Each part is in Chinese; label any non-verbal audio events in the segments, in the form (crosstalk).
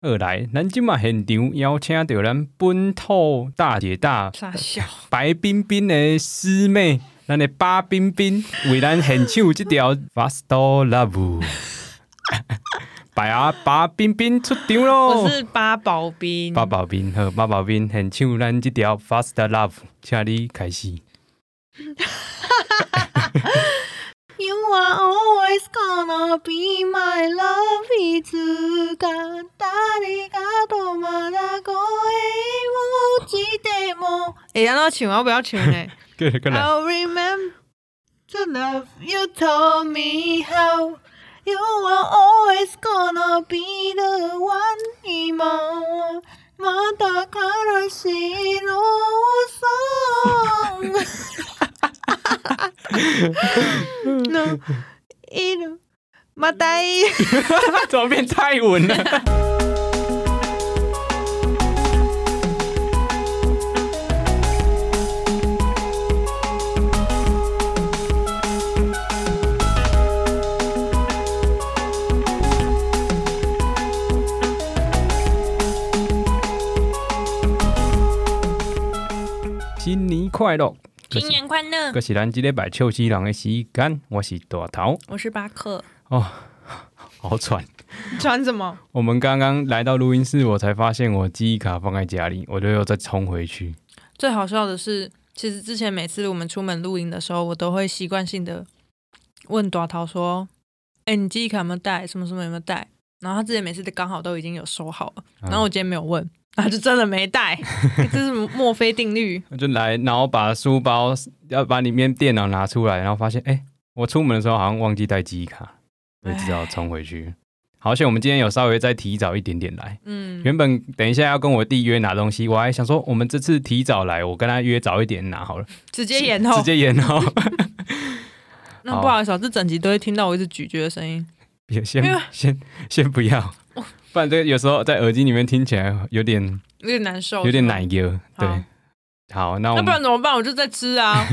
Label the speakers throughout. Speaker 1: 二来，咱即嘛现场邀请到咱本土大姐大
Speaker 2: 傻笑，
Speaker 1: 白冰冰的师妹，咱的巴冰冰为咱献唱这条《Fast Love》。白啊，巴冰冰出场
Speaker 2: 我
Speaker 1: 咯！
Speaker 2: 是八宝冰，
Speaker 1: 哦八宝冰好，八宝冰献唱咱这条《Fast Love》，请你开始。
Speaker 3: You are always gonna be my love. いつか誰かとまだ声をしても。
Speaker 2: (laughs) 哎，要请要不要请呢？
Speaker 1: 过 (laughs) 来，过来。
Speaker 3: I'll remember to love you told me how. You are always gonna be the one. 今はまだ悲しいローソン。
Speaker 2: 那
Speaker 3: いる。またいる。
Speaker 1: (laughs) 怎么变泰文了？新年快乐！
Speaker 2: 新年快乐
Speaker 1: 这！是咱这礼拜笑死人的时间，我是大头
Speaker 2: 我是巴克，
Speaker 1: 哦，好喘。
Speaker 2: 你穿什么？
Speaker 1: 我们刚刚来到录音室，我才发现我记忆卡放在家里，我就又再冲回去。
Speaker 2: 最好笑的是，其实之前每次我们出门露营的时候，我都会习惯性的问短桃说：“哎、你记忆卡有没有带？什么什么有没有带？”然后他之前每次都刚好都已经有收好了，
Speaker 1: 嗯
Speaker 2: 然后我今天没有问，然后就真的没
Speaker 1: (laughs)
Speaker 2: 带，这是墨菲定律。
Speaker 1: 我就来，然后把书包要把里面电脑拿出来，然后发现，哎、我出门的时候好像忘记带记忆卡，所以只好冲回去。好险，我们今天有稍微再提早一点点来。
Speaker 2: 嗯，
Speaker 1: 原本等一下要跟我弟约拿东西，我还想说我们这次提早来，我跟他约早一点拿好了，
Speaker 2: 直接延后
Speaker 1: 直。接延
Speaker 2: (laughs)
Speaker 1: 后。
Speaker 2: 那不好意思、啊，这整集都会听到我一直咀嚼的声音。
Speaker 1: 别先
Speaker 2: 没有
Speaker 1: 先先不
Speaker 2: (laughs)
Speaker 1: 要，不然这个有时候在耳机里面听起来有点
Speaker 2: 有点难受，
Speaker 1: 有点
Speaker 2: 是吗
Speaker 1: 奶。油。对，好，那我
Speaker 2: 哦那
Speaker 1: 们
Speaker 2: 不然怎么办？我就在吃
Speaker 1: (laughs)
Speaker 2: 啊。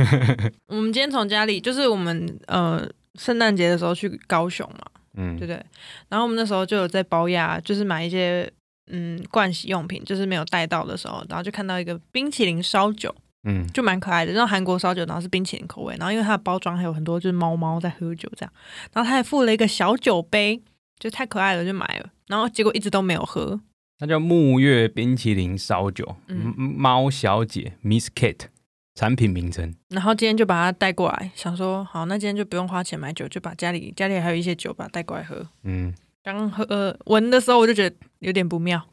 Speaker 2: 我们今天从家里，就是我们呃圣诞节的时候去高雄嘛，
Speaker 1: 嗯
Speaker 2: 对不对？然后我们那时候就有在保雅，就是买一些嗯盥洗用品，就是没有带到的时候，然后就看到一个冰淇淋烧酒，
Speaker 1: 嗯，
Speaker 2: 就蛮可爱的，那种韩国烧酒，然后是冰淇淋口味，然后因为它的包装还有很多就是猫猫在喝酒这样，然后他还附了一个小酒杯，就太可爱了，就买了，然后结果一直都没有喝，
Speaker 1: 它叫木月冰淇淋烧酒，
Speaker 2: 嗯
Speaker 1: 嗯，猫小姐 Miss Kate 产品名称，
Speaker 2: 然后今天就把它带过来，想说好，那今天就不用花钱买酒，就把家里家里还有一些酒，把它带过来喝。
Speaker 1: 嗯，
Speaker 2: 刚喝呃闻的时候，我就觉得有点不妙，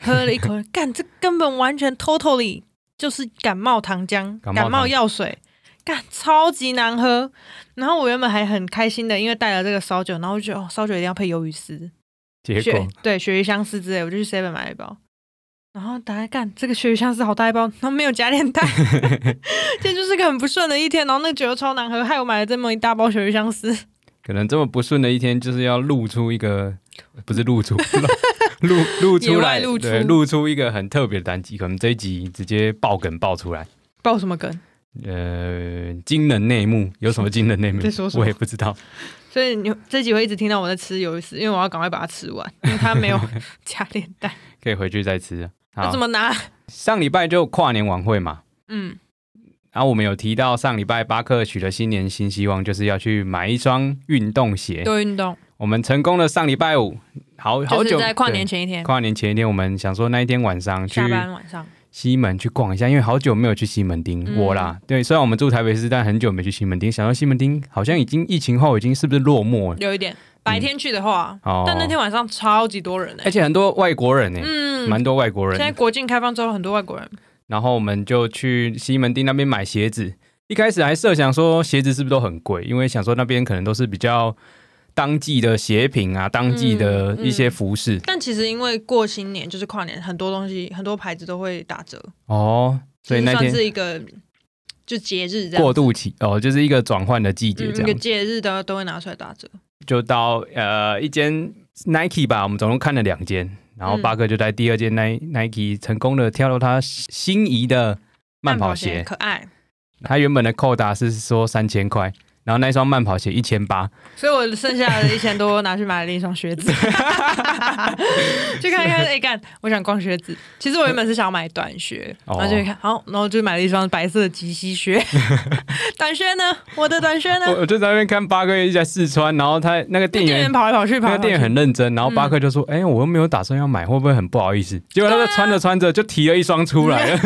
Speaker 2: 喝了一口，
Speaker 1: (laughs)
Speaker 2: 干这根本完全 totally 就是感冒糖浆、
Speaker 1: 感冒糖
Speaker 2: 感冒药水，干超级难喝。然后我原本还很开心的，因为带了这个烧酒，然后我就觉得哦，烧酒一定要配鱿鱼丝，
Speaker 1: 结
Speaker 2: 鳕
Speaker 1: 果
Speaker 2: 对鳕鱼香丝之类，我就去 seven 买了一包。然后打开干，这个鳕鱼香丝好大一包，然后没有加链带，
Speaker 1: (laughs)
Speaker 2: 这就是个很不顺的一天。然后那个酒又超难喝，害我买了这么一大包鳕鱼香丝。
Speaker 1: 可能这么不顺的一天，就是要露出一个，呃不是露出，
Speaker 2: (laughs)
Speaker 1: 露露出来，
Speaker 2: 野外露出
Speaker 1: 对，露出一个很特别的单集，可能这一集直接爆梗爆出来，
Speaker 2: 爆什么梗？
Speaker 1: 呃，惊人内幕，有什么惊人内幕？
Speaker 2: (laughs) 在说什么
Speaker 1: 我也不知道，
Speaker 2: 所以你这集会一直听到我在吃鱿鱼丝，因为我要赶快把它吃完，因为它
Speaker 1: (laughs)
Speaker 2: 没有加链带，
Speaker 1: 可以回去再吃。
Speaker 2: 它
Speaker 1: 好
Speaker 2: 怎，么拿？
Speaker 1: 上礼拜就跨年晚会嘛，
Speaker 2: 嗯，
Speaker 1: 然后我们有提到上礼拜巴克许的新年新希望，就是要去买一双运动鞋。
Speaker 2: 多运动，
Speaker 1: 我们成功了上礼拜五，好好
Speaker 2: 就是
Speaker 1: 久
Speaker 2: 在跨年前一
Speaker 1: 对
Speaker 2: 天，
Speaker 1: 跨年前一天，我们想说那一天晚上去
Speaker 2: 下班晚上，
Speaker 1: 西门去逛一下，因为好久没有去西门町，
Speaker 2: 嗯
Speaker 1: 我啦，对，虽然我们住台北市，但很久没去西门町，想到西门町好像已经疫情后已经是不是落寞了？
Speaker 2: 有一点白天去的话，
Speaker 1: 哦，
Speaker 2: 但那天晚上超级多人呢、欸
Speaker 1: 而且很多外国人呢、欸
Speaker 2: 嗯，
Speaker 1: 哦蛮、多外国
Speaker 2: 现在
Speaker 1: 人。
Speaker 2: 国境开放之后，很多外国人，
Speaker 1: 然后我们就去西门町那边买鞋子，一开始还设想说鞋子是不是都很贵，因为想说那边可能都是比较当季的鞋品啊，当季的
Speaker 2: 嗯
Speaker 1: 一些服饰、
Speaker 2: 但其实因为过新年就是跨年，很多东西很多牌子都会打折，
Speaker 1: 哦，所以那
Speaker 2: 就是
Speaker 1: 天
Speaker 2: 算是一个就节日这样
Speaker 1: 过渡期哦，就是一个转换的季节
Speaker 2: 嗯
Speaker 1: 这
Speaker 2: 一个
Speaker 1: 样，
Speaker 2: 节日的都会拿出来打折，
Speaker 1: 就到呃一间 Nike 吧，我们总共看了两间，然后
Speaker 2: 嗯
Speaker 1: 巴克就在第二间 Ni- Nike 成功的挑到他心仪的慢跑鞋，
Speaker 2: 可爱，
Speaker 1: 他原本的扣打是说三千块，然后那一双慢跑鞋一千八，
Speaker 2: 所以我剩下的一千多拿去买了另一双
Speaker 1: (laughs)
Speaker 2: 靴子，就看看哎干、我想逛靴子。其实我原本是想要买短靴，
Speaker 1: 哦
Speaker 2: 然后就看好，然后就买了一双白色的及
Speaker 1: (laughs)
Speaker 2: 膝靴。短靴呢？我的短靴呢
Speaker 1: 我？我就在那边看巴克一直在试穿，然后他那个
Speaker 2: 那
Speaker 1: 店
Speaker 2: 店
Speaker 1: 员
Speaker 2: 员跑来跑去，嗯跑
Speaker 1: 那
Speaker 2: 来
Speaker 1: 个
Speaker 2: 跑
Speaker 1: 店员
Speaker 2: 去。
Speaker 1: 很认真，然后巴克就说：“哎、我又没有打算要买，会不会很不好意思？”结果他就
Speaker 2: 啊
Speaker 1: 穿着穿着就提了一双出来
Speaker 2: (laughs)
Speaker 1: 了，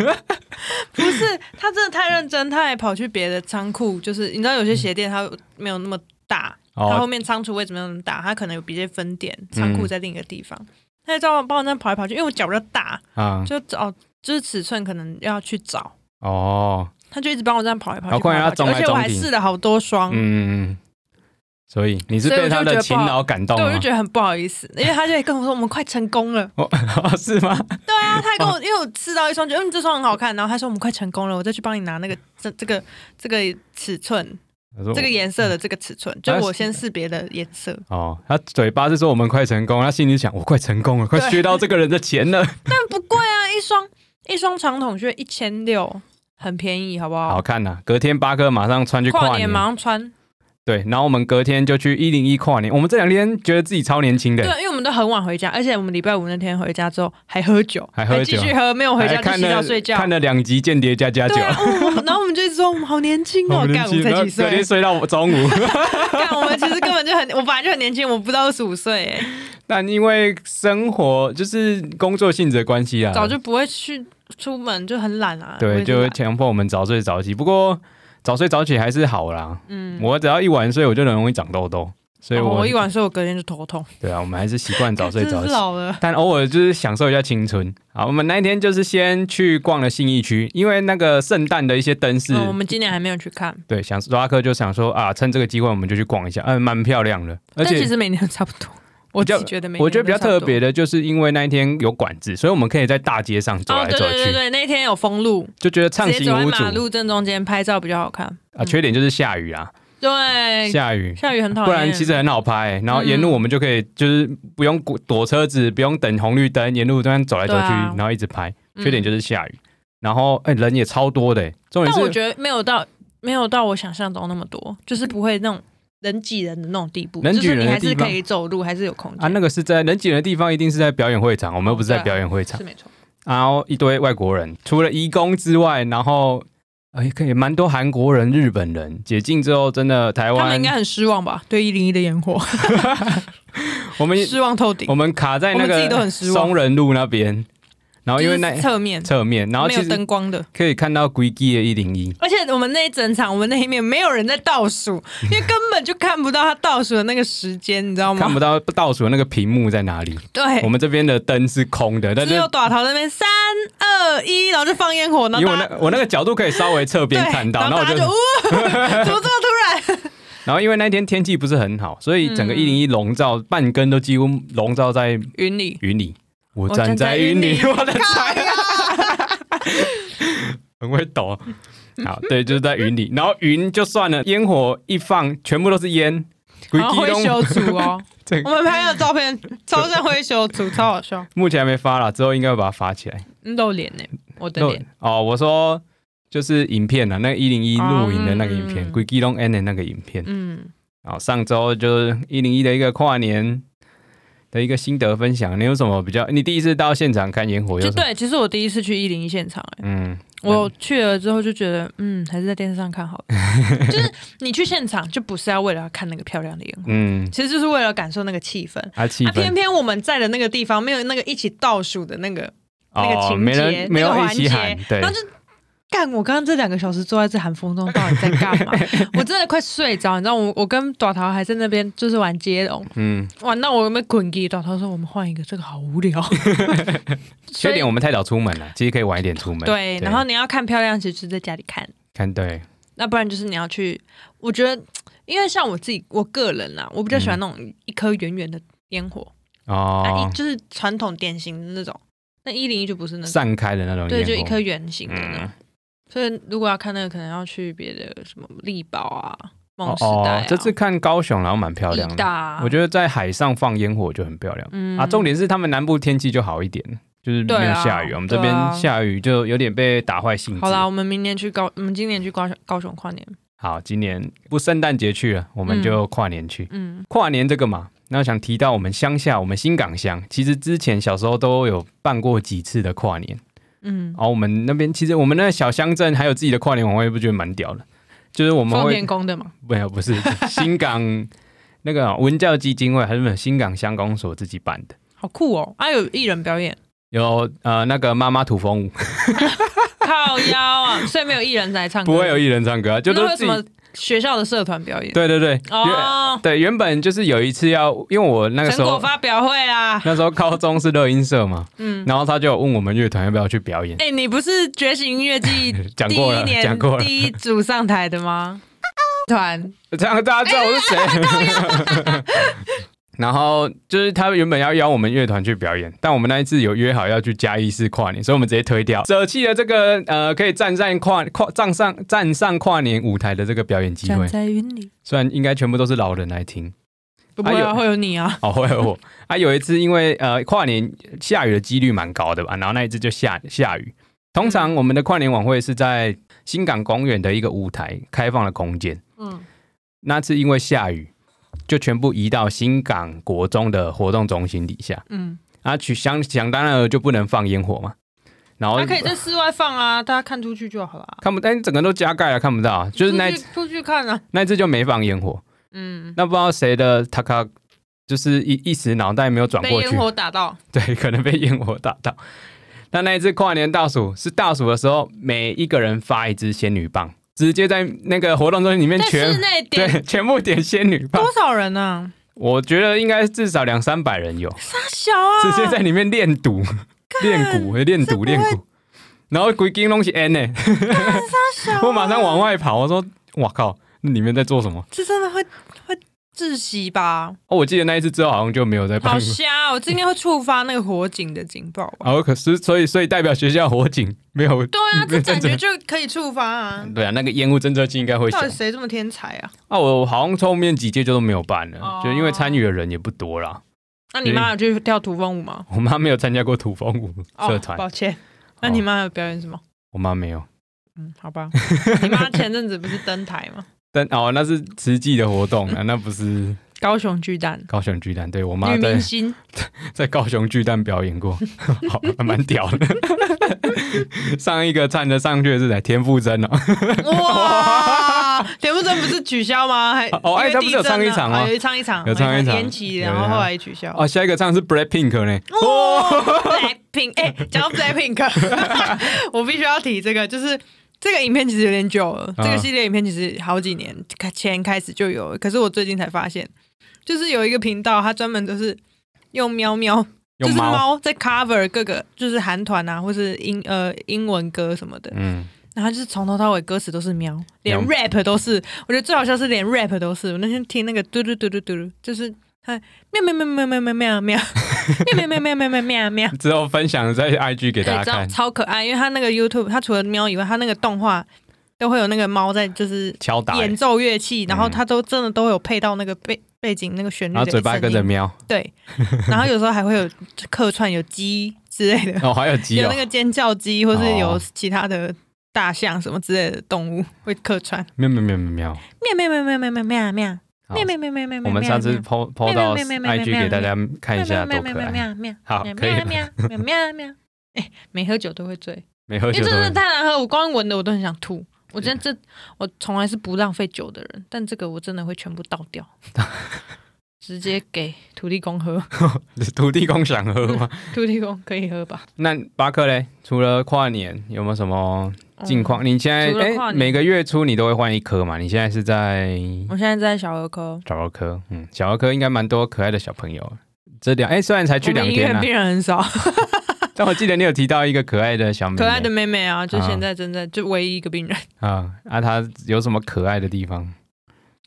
Speaker 2: 不是，他真的太认真，他还跑去别的仓库，就是你知道有些鞋店它没有那么大，
Speaker 1: 哦
Speaker 2: 它后面仓储位置没有那么大，它可能有别些分店，仓库
Speaker 1: 嗯
Speaker 2: 在另一个地方。他就知道我帮我那跑来跑去，因为我脚比较大，
Speaker 1: 啊、
Speaker 2: 就哦，就是尺寸可能要去找，
Speaker 1: 哦，
Speaker 2: 他就一直帮我这样跑来跑
Speaker 1: 好
Speaker 2: 去，跑
Speaker 1: 快
Speaker 2: 来
Speaker 1: 要
Speaker 2: 跑去
Speaker 1: 中来
Speaker 2: 而且我
Speaker 1: 中
Speaker 2: 还
Speaker 1: 顶
Speaker 2: 试了好多双，
Speaker 1: 嗯，所以你是被他的勤劳感动
Speaker 2: 对，我就
Speaker 1: 吗？
Speaker 2: 觉得很不好意思，因为他就跟我说我们快成功了，
Speaker 1: 哦， (laughs) 是吗？
Speaker 2: (laughs) 对啊，他还跟我
Speaker 1: (laughs)
Speaker 2: 因为我试到一双，觉得嗯这双很好看，然后他说我们快成功了，我再去帮你拿那个这这个这个尺寸，
Speaker 1: 他说
Speaker 2: 这个颜色的这个尺寸，
Speaker 1: 嗯
Speaker 2: 就我先试别的颜色，
Speaker 1: 哦，他嘴巴是说我们快成功，他心里想我快成功了，快削到这个人的钱了。
Speaker 2: 但不贵啊，一双一双长筒靴一千六，很便宜，好不 (laughs) 好？
Speaker 1: 好看呐、隔天巴克马上穿去
Speaker 2: 跨
Speaker 1: 跨
Speaker 2: 年马上穿，
Speaker 1: 对，然后我们隔天就去一零一跨年。我们这两天觉得自己超年轻
Speaker 2: 对，
Speaker 1: 的，
Speaker 2: 因为我们都很晚回家，而且我们礼拜五那天回家之后还喝酒，
Speaker 1: 还喝
Speaker 2: 继
Speaker 1: 酒
Speaker 2: 续喝，没有回
Speaker 1: 还
Speaker 2: 家就
Speaker 1: 哎看
Speaker 2: 洗
Speaker 1: 了
Speaker 2: 澡睡觉，
Speaker 1: 看了两集《间谍加加酒
Speaker 2: 对》啊，哦我们 (laughs) 然后我们就一直说我们好年轻
Speaker 1: (laughs) 我
Speaker 2: 哦，
Speaker 1: 们年
Speaker 2: 干我
Speaker 1: 轻
Speaker 2: 们才
Speaker 1: 然后
Speaker 2: 几
Speaker 1: 隔
Speaker 2: 岁
Speaker 1: 天？睡到中午。
Speaker 2: (laughs) 干我们其实根本就很，我本来就很年轻，我不到二十五岁，哎，
Speaker 1: 但因为生活就是工作性质的关系啊，
Speaker 2: 早就不会去出门，就很懒啊。我
Speaker 1: 对，
Speaker 2: 也是
Speaker 1: 就会
Speaker 2: 懒
Speaker 1: 强迫我们早睡早起。不过早睡早起还是好啦。
Speaker 2: 嗯，
Speaker 1: 我只要一晚睡，我就很容易长痘痘，所以
Speaker 2: 哦
Speaker 1: 我、
Speaker 2: 我一晚睡，我隔天就头痛，
Speaker 1: 对啊，我们还是习惯早睡
Speaker 2: 真 (laughs)
Speaker 1: 早
Speaker 2: 的是
Speaker 1: 起。
Speaker 2: 老了。
Speaker 1: 但偶尔就是享受一下青春。好，我们那一天就是先去逛了信义区，因为那个圣诞的一些灯饰，
Speaker 2: 嗯，我们今年还没有去看，
Speaker 1: 对，想拉克就想说啊，趁这个机会我们就去逛一下，嗯、蛮漂亮的，而
Speaker 2: 但其
Speaker 1: 且。
Speaker 2: 实每年都差不多。我自己觉得每年
Speaker 1: 我觉得比较
Speaker 2: 都差不多
Speaker 1: 特别的，就是因为那一天有管制，所以我们可以在大街上走
Speaker 2: 哦，
Speaker 1: 来
Speaker 2: 对
Speaker 1: 走
Speaker 2: 对
Speaker 1: 去，
Speaker 2: 对对，那天有封路，
Speaker 1: 就觉得畅
Speaker 2: 直接
Speaker 1: 行
Speaker 2: 走在
Speaker 1: 无
Speaker 2: 马
Speaker 1: 阻
Speaker 2: 路嗯正中间拍照比较好看。
Speaker 1: 啊。缺点就是下雨啊，
Speaker 2: 对，
Speaker 1: 下雨，
Speaker 2: 下雨很哎讨厌。
Speaker 1: 不然其实很好拍、然后沿路我们就可以就是不用躲躲车子，不用等红绿灯，沿路这样走来走去，
Speaker 2: 对啊
Speaker 1: 然后一直拍。
Speaker 2: 嗯
Speaker 1: 缺点就是下雨，然后哎、人也超多的、重点
Speaker 2: 但
Speaker 1: 是
Speaker 2: 我觉得没有到没有到我想象中那么多，就是不会那种人挤人的那种地步，
Speaker 1: 人挤人的
Speaker 2: 就是
Speaker 1: 地
Speaker 2: 你还是
Speaker 1: 方
Speaker 2: 可以走路，还是有空间
Speaker 1: 啊，那个是在人挤人的地方，一定是在表演会场，我们又不是在
Speaker 2: 哦对啊
Speaker 1: 表演会场
Speaker 2: 是。没错。
Speaker 1: 然后一堆外国人，除了移工之外，然后哎，可以蛮多韩国人、日本人。解禁之后，真的台
Speaker 2: 他们
Speaker 1: 湾
Speaker 2: 应该，很失望吧？对一零一的烟火
Speaker 1: 我们
Speaker 2: 失望透顶
Speaker 1: 我，们卡在那
Speaker 2: 我们自己都
Speaker 1: 个
Speaker 2: 很失望
Speaker 1: 松仁路那边，然后因为
Speaker 2: 就
Speaker 1: 那
Speaker 2: 是侧面
Speaker 1: 侧面，然后
Speaker 2: 没
Speaker 1: 其
Speaker 2: 有
Speaker 1: 实
Speaker 2: 灯光的。
Speaker 1: 可以看到鬼记的一零一。
Speaker 2: 而且我们那一整场，我们那一面没有人在倒数，因为根本就看不到他倒数的那个时间，你知道
Speaker 1: 看
Speaker 2: 吗
Speaker 1: 不？到倒数的那个屏幕在哪里。
Speaker 2: 对
Speaker 1: 我，们这边的灯是空的，但
Speaker 2: 只
Speaker 1: 是
Speaker 2: 有短头那边三二一，然后就放烟火，然
Speaker 1: 因为我
Speaker 2: 后大家
Speaker 1: 那我那个角度可以稍微侧边
Speaker 2: (laughs) 对
Speaker 1: 看到，
Speaker 2: 然
Speaker 1: 然后我
Speaker 2: 后大家
Speaker 1: 就
Speaker 2: 就，呜， (laughs) 怎么这么突然？
Speaker 1: 然后因为那天天气不是很好，所以
Speaker 2: 嗯
Speaker 1: 整个一零一笼罩半根都几乎笼罩在
Speaker 2: 云里，
Speaker 1: (laughs) 云里。我
Speaker 2: 我站
Speaker 1: 站在
Speaker 2: 在云
Speaker 1: 云里，
Speaker 2: 里
Speaker 1: 我的菜啊， (laughs) 很会抖。好，对，就是在云里，然后云就算了，烟火一放，全部都是烟，鬼
Speaker 2: 然后
Speaker 1: 记
Speaker 2: 会
Speaker 1: 拢
Speaker 2: 修图哦
Speaker 1: 这，
Speaker 2: 我们拍的照片超像会修图，超好笑，
Speaker 1: (laughs) 目前还没发啦，之后应该会把它发起来。
Speaker 2: 露脸呢，我的
Speaker 1: 露
Speaker 2: 脸，
Speaker 1: 哦，我说就是影片啊，那个一零一
Speaker 2: 哦
Speaker 1: 录影的那个影片，
Speaker 2: 嗯
Speaker 1: 鬼记拢 N 的那个影片。
Speaker 2: 嗯，
Speaker 1: 好，上周就是一零一的一个跨年的一个心得分享，你有什么比较？你第一次到现场看烟火有
Speaker 2: 就
Speaker 1: 什么？
Speaker 2: 对，其实我第一次去一零一现场，哎，
Speaker 1: 嗯，
Speaker 2: 我去了之后就觉得，嗯，还是在电视上看好了，
Speaker 1: (laughs)
Speaker 2: 就是你去现场就不是要为了要看那个漂亮的烟火，
Speaker 1: 嗯，
Speaker 2: 其实就是为了感受那个气氛。
Speaker 1: 啊，气
Speaker 2: 啊，偏
Speaker 1: 氛、
Speaker 2: 偏我们在的那个地方没有那个一起倒数的那个那个
Speaker 1: 哦，
Speaker 2: 情
Speaker 1: 没
Speaker 2: 节、
Speaker 1: 人没
Speaker 2: 那
Speaker 1: 有
Speaker 2: 个
Speaker 1: 一
Speaker 2: 环节
Speaker 1: 起喊，，对
Speaker 2: 然后，就干。我刚刚这两个小时坐在这寒风中，到底在干
Speaker 1: (laughs)
Speaker 2: 嘛？我真的快睡着，你知道我我跟短桃还在那边就是玩接龙，
Speaker 1: 嗯，
Speaker 2: 玩到我有没有滚地。短桃说我们换一个，这个好无
Speaker 1: (laughs)
Speaker 2: 聊。所
Speaker 1: 缺
Speaker 2: 以
Speaker 1: 点我们太早出门了，其实可以晚一点出门。
Speaker 2: 对，然后你要看漂亮，其实就是在家里看，
Speaker 1: 看对，
Speaker 2: 那不然就是你要去。我觉得，因为像我自己，我个人啦，我比较喜欢那种一颗圆圆的烟火，啊，
Speaker 1: 哦
Speaker 2: 一，就是传统典型的那种。那一零一就不是那种。
Speaker 1: 散开的那种
Speaker 2: 对，
Speaker 1: 烟
Speaker 2: 就一
Speaker 1: 火
Speaker 2: 颗圆形的那种。
Speaker 1: 嗯
Speaker 2: 所以如果要看那个，可能要去别的什么力宝啊、梦
Speaker 1: 哦
Speaker 2: 时代
Speaker 1: 哦
Speaker 2: 啊、，
Speaker 1: 这次看高雄，然后蛮漂亮
Speaker 2: 义
Speaker 1: 的
Speaker 2: 大。啊、
Speaker 1: 我
Speaker 2: 得
Speaker 1: 觉得在海上放烟火就很漂亮、
Speaker 2: 嗯
Speaker 1: 啊。重点是他们南部天气就好一点，就是没
Speaker 2: 对
Speaker 1: 有
Speaker 2: 啊
Speaker 1: 下雨。我们这
Speaker 2: 对
Speaker 1: 边
Speaker 2: 啊
Speaker 1: 下雨就有点被打坏兴致。
Speaker 2: 好啦，我们明年去高，我们今年去高高雄跨年，
Speaker 1: 好，今年不圣诞节去了，我们就跨年去。
Speaker 2: 嗯
Speaker 1: 跨年这个嘛，那想提到我们乡下，我们新港乡，其实之前小时候都有办过几次的跨年。
Speaker 2: 嗯
Speaker 1: 然，后我们那边其实我们那个小乡镇还有自己的跨年晚会，不觉得蛮屌的？就是 (laughs) 我们
Speaker 2: 放
Speaker 1: 会
Speaker 2: 电工的嘛，
Speaker 1: 没有不是 (laughs) 新港那个文教基金会还是新港乡公所自己办的，
Speaker 2: 好酷哦！啊，有艺人表演，
Speaker 1: 有呃那个妈妈土风舞，
Speaker 2: 靠腰啊， (laughs) 所以没有艺人来唱歌，
Speaker 1: 不会有艺人唱歌啊，就
Speaker 2: 那
Speaker 1: 都
Speaker 2: 会有
Speaker 1: 自
Speaker 2: 什
Speaker 1: 己
Speaker 2: 么学校的社团表演？
Speaker 1: 对对对，原
Speaker 2: 哦，
Speaker 1: 对原本就是有一次要，因为我那个时
Speaker 2: 成果
Speaker 1: 候
Speaker 2: 发表会啊啦，
Speaker 1: 那时候高中是乐音社嘛，
Speaker 2: 嗯，
Speaker 1: 然后他就有问我们乐团要不要去表演，
Speaker 2: 哎、你不是觉醒音乐季
Speaker 1: 讲
Speaker 2: 第
Speaker 1: 过
Speaker 2: 一
Speaker 1: 了
Speaker 2: 年
Speaker 1: 讲过了
Speaker 2: 第一组上台的
Speaker 1: (laughs)
Speaker 2: 吗？团，
Speaker 1: 这样大家知道我是谁。 (laughs) 然后就是他原本要邀我们乐团去表演，但我们那一次有约好要去嘉义市跨年，所以我们直接推掉，舍弃了这个呃可以站上跨跨站上站上跨年舞台的这个表演机会。
Speaker 2: 在云里，
Speaker 1: 虽然应该全部都是老人来听，
Speaker 2: 不会
Speaker 1: 啊
Speaker 2: 啊，
Speaker 1: 有
Speaker 2: 会有你啊，
Speaker 1: 哦，会 (laughs) 有我啊，有一次因为呃跨年下雨的几率蛮高的吧，然后那一次就下下雨。通常我们的跨年晚会是在新港公园的一个舞台开放的空间，
Speaker 2: 嗯，
Speaker 1: 那次因为下雨，就全部移到新港国中的活动中心底下。
Speaker 2: 嗯，
Speaker 1: 啊，去想想当然了就不能放烟火嘛，然后
Speaker 2: 他可以在室外放啊，大家看出去就好了。啊
Speaker 1: 看不，但整个都加盖了，看不到啊，就是那一
Speaker 2: 出
Speaker 1: 次
Speaker 2: 去出去看啊，
Speaker 1: 那一次就没放烟火。
Speaker 2: 嗯，
Speaker 1: 那不知道谁的他卡，就是一一时脑袋没有转
Speaker 2: 被
Speaker 1: 过去
Speaker 2: 烟，火打到，
Speaker 1: (laughs) 对，可能被烟火打到。那那一次跨年倒数是倒数的时候，每一个人发一支仙女棒，直接在那个活动中心里面
Speaker 2: 在室
Speaker 1: 哎全
Speaker 2: 内点
Speaker 1: 对全部点仙女棒
Speaker 2: 多，少人
Speaker 1: (laughs)
Speaker 2: 啊？
Speaker 1: 我觉得应该至少两三百人有。
Speaker 2: 大小啊，
Speaker 1: 直接在里面练赌、练鼓、练赌、练鼓，然后鬼金东西 N 呢，
Speaker 2: 啊
Speaker 1: 我马上往外跑，我说：“哇靠，那里面在做什么
Speaker 2: 这真的会会窒息吧？？”
Speaker 1: 哦，我记得那一次之后好像就没有在办过。
Speaker 2: 好瞎哦，这应该会触发那个火警的警报吧？
Speaker 1: 然后可是，所以所以代表学校火警没有
Speaker 2: 对 (laughs) 啊，
Speaker 1: 没
Speaker 2: 这
Speaker 1: 有
Speaker 2: 感
Speaker 1: 政策
Speaker 2: 觉就可以触发 (laughs) 啊。
Speaker 1: 对啊，那个烟雾侦测器应该会响
Speaker 2: 到底谁这么天才啊？
Speaker 1: 啊！我好像后面几届就都没有办了
Speaker 2: 哦，
Speaker 1: 就因为参与的人也不多啦。
Speaker 2: 那你妈有去跳土风舞吗？
Speaker 1: 我妈没有参加过土风舞社
Speaker 2: 哦，
Speaker 1: 团，
Speaker 2: 抱歉。那你妈有表演什么？
Speaker 1: 我妈没有。
Speaker 2: 嗯，
Speaker 1: (laughs)
Speaker 2: 好吧。你妈前阵子不是登台吗？
Speaker 1: 但哦，那是慈济的活动啊，那不是
Speaker 2: 高雄巨蛋
Speaker 1: 高雄巨蛋。对我妈
Speaker 2: 女
Speaker 1: 在 (laughs)
Speaker 2: 明星，
Speaker 1: 在高雄巨蛋表演过， (laughs) 好，还蛮屌的。上一个站得上去的是谁？田馥甄哦，
Speaker 2: 哇！田馥甄不是取消吗？还
Speaker 1: 哦哎
Speaker 2: 因为地震啊
Speaker 1: 她不是有唱一场吗
Speaker 2: 啊有唱一场，
Speaker 1: 有唱一场
Speaker 2: 延期，
Speaker 1: 有
Speaker 2: 然后后来取消。
Speaker 1: 哦，下一个唱是 Blackpink 呢。
Speaker 2: 哦，Blackpink，哎，讲
Speaker 1: (laughs)
Speaker 2: 到 Blackpink，我必须要提这个，就是这个影片其实有点久了，
Speaker 1: 嗯
Speaker 2: 这个系列影片其实好几年开前开始就有了，可是我最近才发现，就是有一个频道，它专门就是用喵喵，就
Speaker 1: 用
Speaker 2: 是
Speaker 1: 猫，
Speaker 2: 猫在 cover 各个就是韩团啊，或是英呃英文歌什么的，
Speaker 1: 嗯，
Speaker 2: 然后就是从头到尾歌词都是喵，连
Speaker 1: 喵
Speaker 2: rap 都是，我觉得最好笑是连 rap 都是。我那天听那个嘟嘟嘟嘟嘟嘟，就是它喵喵喵喵喵喵喵喵喵喵喵喵喵喵喵，
Speaker 1: 之后分享在 IG 给
Speaker 2: 对，
Speaker 1: 大
Speaker 2: 哎知
Speaker 1: 家
Speaker 2: 道
Speaker 1: 看，
Speaker 2: 超可爱，因为它那个 YouTube，它除了喵以外，它那个动画都会有那个猫在就是
Speaker 1: 敲打，欸
Speaker 2: 演
Speaker 1: 然
Speaker 2: 奏乐器，然后
Speaker 1: 嗯
Speaker 2: 它都真的都有配到那个背背景那个旋律
Speaker 1: 后
Speaker 2: 的声音，
Speaker 1: 嘴巴跟着喵，
Speaker 2: 对，然后有时候还会有客串有鸡之类的，
Speaker 1: 哦，还有鸡
Speaker 2: 有
Speaker 1: 哦
Speaker 2: 那，个尖叫鸡，或是有
Speaker 1: 哦
Speaker 2: 其他的大象什么之类的动物会客串。
Speaker 1: 喵喵喵喵喵。
Speaker 2: 喵喵喵喵喵喵喵喵
Speaker 1: 好
Speaker 2: 喵喵喵喵喵喵。
Speaker 1: 我们上次
Speaker 2: 喵
Speaker 1: PO PO 到
Speaker 2: 喵喵喵喵
Speaker 1: IG 给大家看一下，多可爱。
Speaker 2: 喵喵
Speaker 1: 好
Speaker 2: 喵
Speaker 1: 可以
Speaker 2: 喵喵喵喵喵。哎，没喝酒都会醉，
Speaker 1: 没 (laughs) 喝
Speaker 2: 因为
Speaker 1: 酒
Speaker 2: 真
Speaker 1: 的
Speaker 2: 的
Speaker 1: 人，
Speaker 2: 太难喝，我光闻的我都很想吐。我真的这我从来是不浪费酒的人，但这个我真的会全部倒
Speaker 1: (laughs)
Speaker 2: 掉，直接给土地公喝。
Speaker 1: 土地公想喝吗？
Speaker 2: 土地公可以喝吧？
Speaker 1: 那巴克嘞，除了跨年，有没有什么近况？你现在
Speaker 2: 嗯除了跨
Speaker 1: 哎，
Speaker 2: 年
Speaker 1: 每个月初你都会换一颗嘛？你现在是在
Speaker 2: 嗯我现在在小儿科，
Speaker 1: 小儿科，嗯，小儿科应该蛮多可爱的小朋友。这两哎、虽然才去
Speaker 2: 我们
Speaker 1: 两
Speaker 2: 医院
Speaker 1: 天啊
Speaker 2: 病，人很少，
Speaker 1: 但我记得你有提到一个可爱的小妹妹
Speaker 2: 可 (laughs) 爱的妹妹啊，就
Speaker 1: 啊
Speaker 2: 现在正在就唯一一个病人， (laughs)
Speaker 1: 啊啊，她有什么可爱的地方？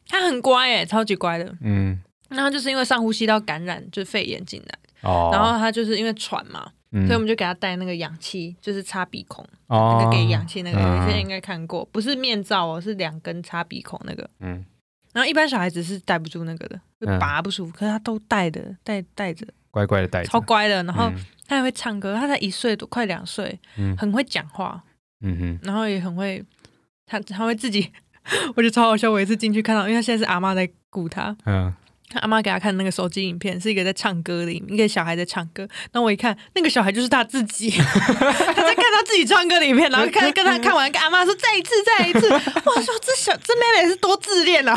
Speaker 2: 她很乖哎，超级乖的。
Speaker 1: 嗯，
Speaker 2: 然后就是因为上呼吸道感染，就是肺炎进来，
Speaker 1: 哦，
Speaker 2: 然后她就是因为喘嘛，
Speaker 1: 嗯
Speaker 2: 所以我们就给她戴那个氧气，就是插鼻孔，那
Speaker 1: 哦
Speaker 2: 个给氧气那个，
Speaker 1: 嗯
Speaker 2: 有些人应该看过，不是面罩哦，是两根插鼻孔那个。
Speaker 1: 嗯，
Speaker 2: 然后一般小孩子是戴不住那个的，会
Speaker 1: 嗯
Speaker 2: 拔不舒服，可是她都戴的，戴戴着，
Speaker 1: 乖乖的带着，
Speaker 2: 超乖的。然后
Speaker 1: 嗯
Speaker 2: 她还会唱歌，她才一岁多，快两岁
Speaker 1: 嗯，
Speaker 2: 很会讲话，
Speaker 1: 嗯哼，
Speaker 2: 然后也很会，她她会自己 (laughs) 我觉得超好笑。我有一次进去看到，因为他现在是阿妈在顾他，
Speaker 1: 嗯，
Speaker 2: 阿妈给他看那个手机影片，是一个在唱歌的影，一个小孩在唱歌。那我一看，那个小孩就是他自己，他在看他自己唱歌的影片，然后看跟他看完，跟阿妈说再一次，再一次。我说这小这妹妹是多自恋啊，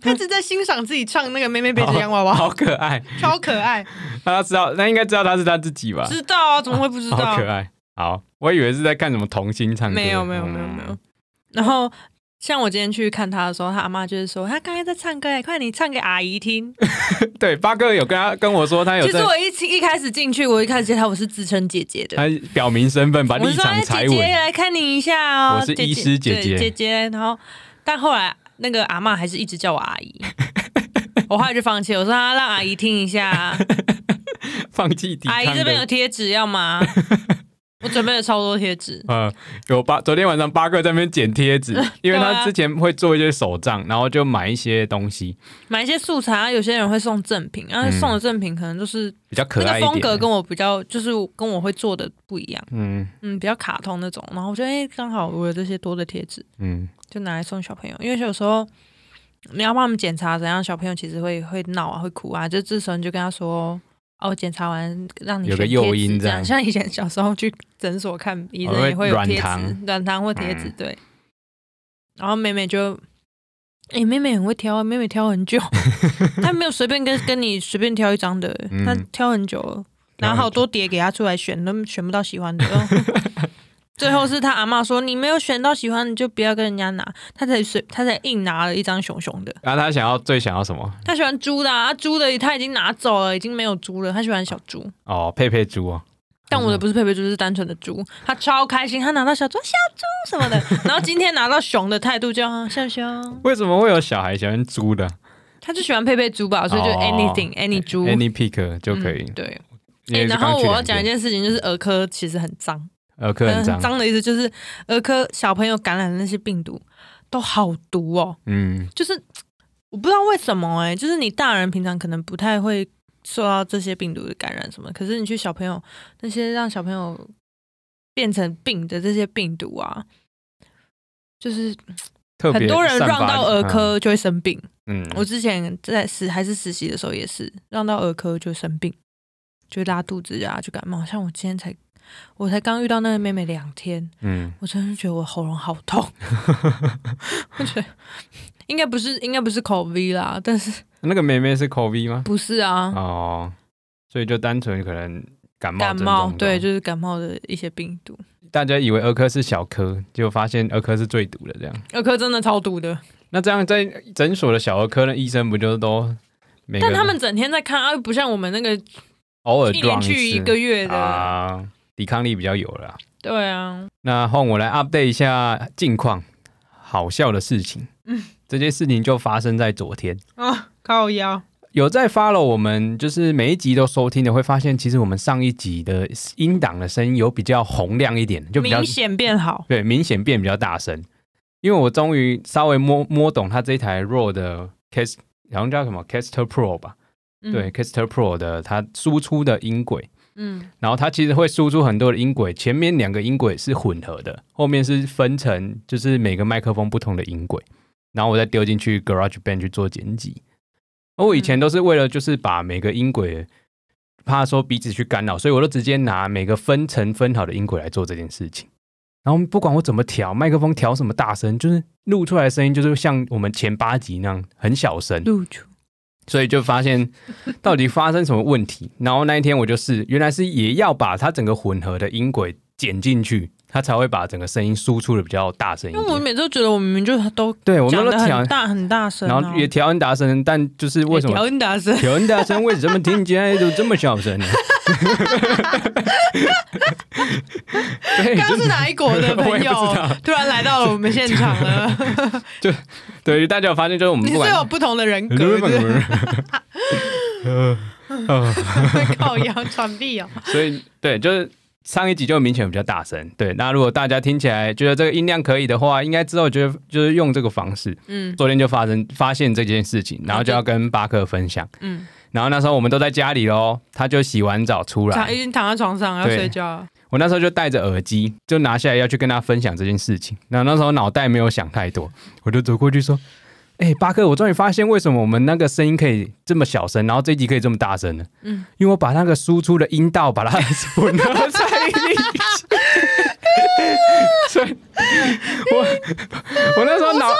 Speaker 2: 她一直在欣赏自己唱那个妹妹背着洋娃娃，
Speaker 1: 好可爱。
Speaker 2: 超可爱。
Speaker 1: 大家知道，那应该知道他是他自己吧？
Speaker 2: 知道啊，怎么会不知道？
Speaker 1: 好可爱。好，我以为是在看什哦么童星唱歌。嗯
Speaker 2: 没有没有没有没有。然后像我今天去看他的时候，他阿妈就是说他刚才在唱歌哎，快你唱给阿姨听。
Speaker 1: 嗯。对，八哥有跟他跟我说，他有
Speaker 2: 其实
Speaker 1: 在，
Speaker 2: 我一起一开始进去，我一开始接他我是自称姐姐的，
Speaker 1: 他表明身份，把
Speaker 2: 我
Speaker 1: 立
Speaker 2: 说哎
Speaker 1: 场
Speaker 2: 姐
Speaker 1: 踩稳
Speaker 2: 姐。来看你一下哦，
Speaker 1: 我是医师姐姐
Speaker 2: 姐对姐姐。然后但后来那个阿妈还是一直叫我阿
Speaker 1: (laughs)
Speaker 2: 姨。我后来就放弃，我说啊，让阿姨听一下，啊
Speaker 1: 放弃 (laughs) 抵抗
Speaker 2: 阿
Speaker 1: 的。
Speaker 2: 姨这边有贴纸要吗？我准备了超多贴纸，
Speaker 1: 呃，有八昨天晚上八哥在那边剪贴纸，因为
Speaker 2: (laughs) 对
Speaker 1: 他
Speaker 2: 啊
Speaker 1: 之前会做一些手账，然后就买一些东西
Speaker 2: 买一些素材，啊有些人会送赠品，然后
Speaker 1: 嗯
Speaker 2: 送的赠品可能就是
Speaker 1: 比较可爱
Speaker 2: 那个
Speaker 1: 一点。欸
Speaker 2: 风格跟我比较，就是跟我会做的不一样，
Speaker 1: 嗯
Speaker 2: 嗯，比较卡通那种。然后我觉得，哎、刚好我有这些多的贴纸，
Speaker 1: 嗯
Speaker 2: 就拿来送小朋友，因为有时候你要帮他们检查怎样，小朋友其实会会闹啊，会哭啊，就这时候你就跟他说。哦，我检查完让你
Speaker 1: 有个
Speaker 2: 选贴纸
Speaker 1: 诱因
Speaker 2: 这
Speaker 1: 这样
Speaker 2: 样，像以前小时候去诊所看医
Speaker 1: 哦
Speaker 2: 生
Speaker 1: 会
Speaker 2: 也会有
Speaker 1: 软
Speaker 2: 贴
Speaker 1: 糖
Speaker 2: 纸、软糖或贴纸
Speaker 1: 嗯，
Speaker 2: 对。然后妹妹就，哎、妹妹很会挑啊，妹妹
Speaker 1: (laughs)
Speaker 2: 挑很久，她没有随便跟跟你随便挑一张的，
Speaker 1: 嗯
Speaker 2: 她挑很久了。拿好多碟给他出来选，都选不到喜欢的。嗯
Speaker 1: (laughs)
Speaker 2: 最后是他阿妈说：“你没有选到喜欢，你就不要跟人家拿。”他才随他才硬拿了一张熊熊的，
Speaker 1: 然后他想要最想要什么？
Speaker 2: 他喜欢猪的、啊，啊猪的他已经拿走了，已经没有猪了，他喜欢小猪。
Speaker 1: 哦，佩佩猪哦，
Speaker 2: 但我的不是佩佩猪，是单纯的猪，他超开心，他拿到小猪、小猪什么的。
Speaker 1: (laughs)
Speaker 2: 然后今天拿到熊的态度就啊笑笑，
Speaker 1: 为什么会有小孩喜欢猪的？
Speaker 2: 他就喜欢佩佩猪吧，所以就
Speaker 1: 哦
Speaker 2: anything、any 猪
Speaker 1: any pick 就可以
Speaker 2: 嗯。对，
Speaker 1: 因为是
Speaker 2: 然后
Speaker 1: 刚去
Speaker 2: 我要
Speaker 1: 两
Speaker 2: 讲一
Speaker 1: 天，
Speaker 2: 件事情，就是儿科其实很脏。
Speaker 1: 呃，课很
Speaker 2: 很
Speaker 1: 脏，
Speaker 2: 嗯脏的意思就是儿科小朋友感染的那些病毒都好毒哦，
Speaker 1: 嗯，
Speaker 2: 就是我不知道为什么哎、就是你大人平常可能不太会受到这些病毒的感染什么，可是你去小朋友那些让小朋友变成病的这些病毒啊，就是
Speaker 1: 特别
Speaker 2: 很多人
Speaker 1: 散
Speaker 2: 让
Speaker 1: 发
Speaker 2: 到儿，科就会生病。
Speaker 1: 嗯，嗯
Speaker 2: 我之前在实还是实习的时候也是，让到儿科就生病，就拉肚子啊，就感冒。像我今天才，我才刚遇到那个妹妹两天，
Speaker 1: 嗯，
Speaker 2: 我真是觉得我喉咙好痛，
Speaker 1: (laughs)
Speaker 2: 我觉得应该不是应该不是口 V 啦，但是
Speaker 1: 那个妹妹是 COVID 吗？
Speaker 2: 不是啊，
Speaker 1: 哦，所以就单纯可能感冒
Speaker 2: 感
Speaker 1: 症
Speaker 2: 冒
Speaker 1: 状
Speaker 2: 对，就是感冒的一些病毒，
Speaker 1: 大家以为儿科是小科，结果发现儿科是最毒的这样。
Speaker 2: 儿科真的超毒的，
Speaker 1: 那这样在诊所的小儿科的医生不就都每个
Speaker 2: 但他们整天在看啊，又不像我们那个
Speaker 1: 偶尔
Speaker 2: 一
Speaker 1: 撞
Speaker 2: 年去
Speaker 1: 次
Speaker 2: 一个月的，
Speaker 1: 啊，抵抗力比较有了啦。
Speaker 2: 对啊，
Speaker 1: 那换我来 update 一下近况，好笑的事情。嗯，这件事情就发生在昨天。
Speaker 2: 啊靠腰，
Speaker 1: 有在 follow 我们，就是每一集都收听的，会发现其实我们上一集的音档的声音有比较洪亮一点，就比较
Speaker 2: 明显变好，
Speaker 1: 对，明显变比较大声。因为我终于稍微摸摸懂它这一台 ROD 的 Cast，好像叫什么 Caster Pro 吧？
Speaker 2: 嗯
Speaker 1: 对，，Caster Pro 的它输出的音轨，
Speaker 2: 嗯，
Speaker 1: 然后它其实会输出很多的音轨，前面两个音轨是混合的，后面是分成就是每个麦克风不同的音轨，然后我再丢进去 GarageBand 去做剪辑。而哦我以前都是为了就是把每个音轨怕说彼此去干扰，所以我都直接拿每个分成分好的音轨来做这件事情。然后不管我怎么调麦克风，调什么大声，就是录出来的声音就是像我们前八集那样很小声。
Speaker 2: 露出，
Speaker 1: 所以就发现到底发生什么问题。然后那一天我就是，原来是也要把它整个混合的音轨剪进去，它才会把整个声音输出的比较大声一
Speaker 2: 因为我
Speaker 1: 点。
Speaker 2: 每次都觉得我明明就都
Speaker 1: 对，我们
Speaker 2: 讲
Speaker 1: 都
Speaker 2: 的
Speaker 1: 调
Speaker 2: 很，大很大声啊，
Speaker 1: 然后也调很大声，但就是为什
Speaker 2: 也
Speaker 1: 么
Speaker 2: 调很
Speaker 1: (laughs)
Speaker 2: 大声，
Speaker 1: 调很大声，为什么听起来都这么小
Speaker 2: (laughs)
Speaker 1: 声呢？对，
Speaker 2: (laughs) 刚刚是哪一国的
Speaker 1: 哎 (laughs) 我
Speaker 2: 朋
Speaker 1: 也不知
Speaker 2: 友
Speaker 1: 道
Speaker 2: 突然来到了我们现场
Speaker 1: (laughs)
Speaker 2: 了？
Speaker 1: 对，大家有发现，就是我们
Speaker 2: (laughs) 你
Speaker 1: 不
Speaker 2: 是
Speaker 1: 管
Speaker 2: 有不同的人格
Speaker 1: (laughs)
Speaker 2: 是不是，靠腰传递
Speaker 1: (laughs)
Speaker 2: 哦。
Speaker 1: 所以对，就是上一集就明显比较大声。对，那如果大家听起来觉得这个音量可以的话，应该之后觉得就是用这个方式。
Speaker 2: 嗯
Speaker 1: 昨天就发生发现这件事情，然后就要跟巴克分享。
Speaker 2: 嗯，
Speaker 1: 然后那时候我们都在家里喽，他就洗完澡出
Speaker 2: 躺
Speaker 1: 来
Speaker 2: 已，经躺在床上要
Speaker 1: 对
Speaker 2: 睡觉了，啊
Speaker 1: 我那时候就戴着耳机，就拿下来要去跟他分享这件事情。那那时候脑袋没有想太多，我就走过去说：“哎、巴克，我终于发现为什么我们那个声音可以这么小声，然后这一集可以这么大声了。嗯，因为我把那个输出的音道把它 (laughs) 混合在一起， (laughs) 所以我我那时候脑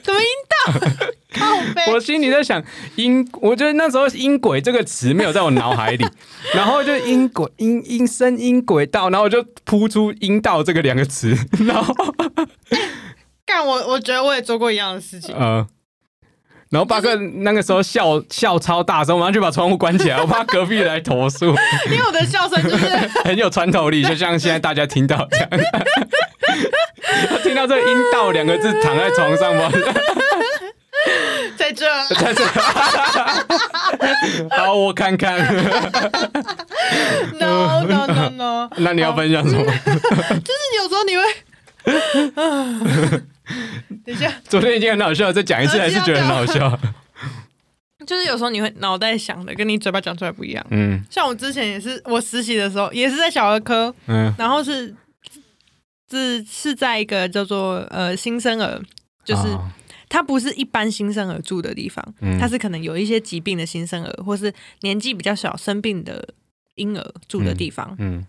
Speaker 2: 怎么音
Speaker 1: (laughs)
Speaker 3: 靠背
Speaker 1: 我心里在想音，我觉得那时候“音轨”这个词没有在我脑海里，然后就音轨、音音声、音轨道，然后我就扑出“音道”这个两个词， (laughs) 然后
Speaker 3: 干我，我觉得我也做过一样的事
Speaker 1: (laughs)
Speaker 3: 情。
Speaker 1: 呃，然后巴克那个时候笑笑超大声，我马上就把窗户关起来，我怕隔壁来投诉， (laughs)
Speaker 3: 因为我的笑声就是
Speaker 1: 很有穿透力，就像现在大家听到这样。 (laughs) 他听到这“音道”两个字，躺在床上吗？ (laughs)
Speaker 3: 在这，
Speaker 1: 在这， (laughs) 好，我看看。
Speaker 3: no no no no，
Speaker 1: 那你要分享什么？
Speaker 3: 就是有时
Speaker 1: (laughs)
Speaker 2: (laughs)
Speaker 3: 候你会，等一下，
Speaker 1: 昨天已经很好笑了，再讲
Speaker 2: 哦
Speaker 1: 一次还是觉得很好笑。
Speaker 2: 就是有时候你会脑袋想的跟你嘴巴讲出来不一样。
Speaker 1: (laughs) 嗯
Speaker 3: 像我之前也是，我实习的时候也是在小儿科，
Speaker 1: 嗯
Speaker 2: 然后是是是在一个叫做呃新生儿，就是、
Speaker 1: 哦
Speaker 2: 它不是一般新生儿住的地方，
Speaker 1: 嗯
Speaker 2: 它是可能有一些疾病的新生儿，或是年纪比较小生病的婴儿住的地方，
Speaker 1: 嗯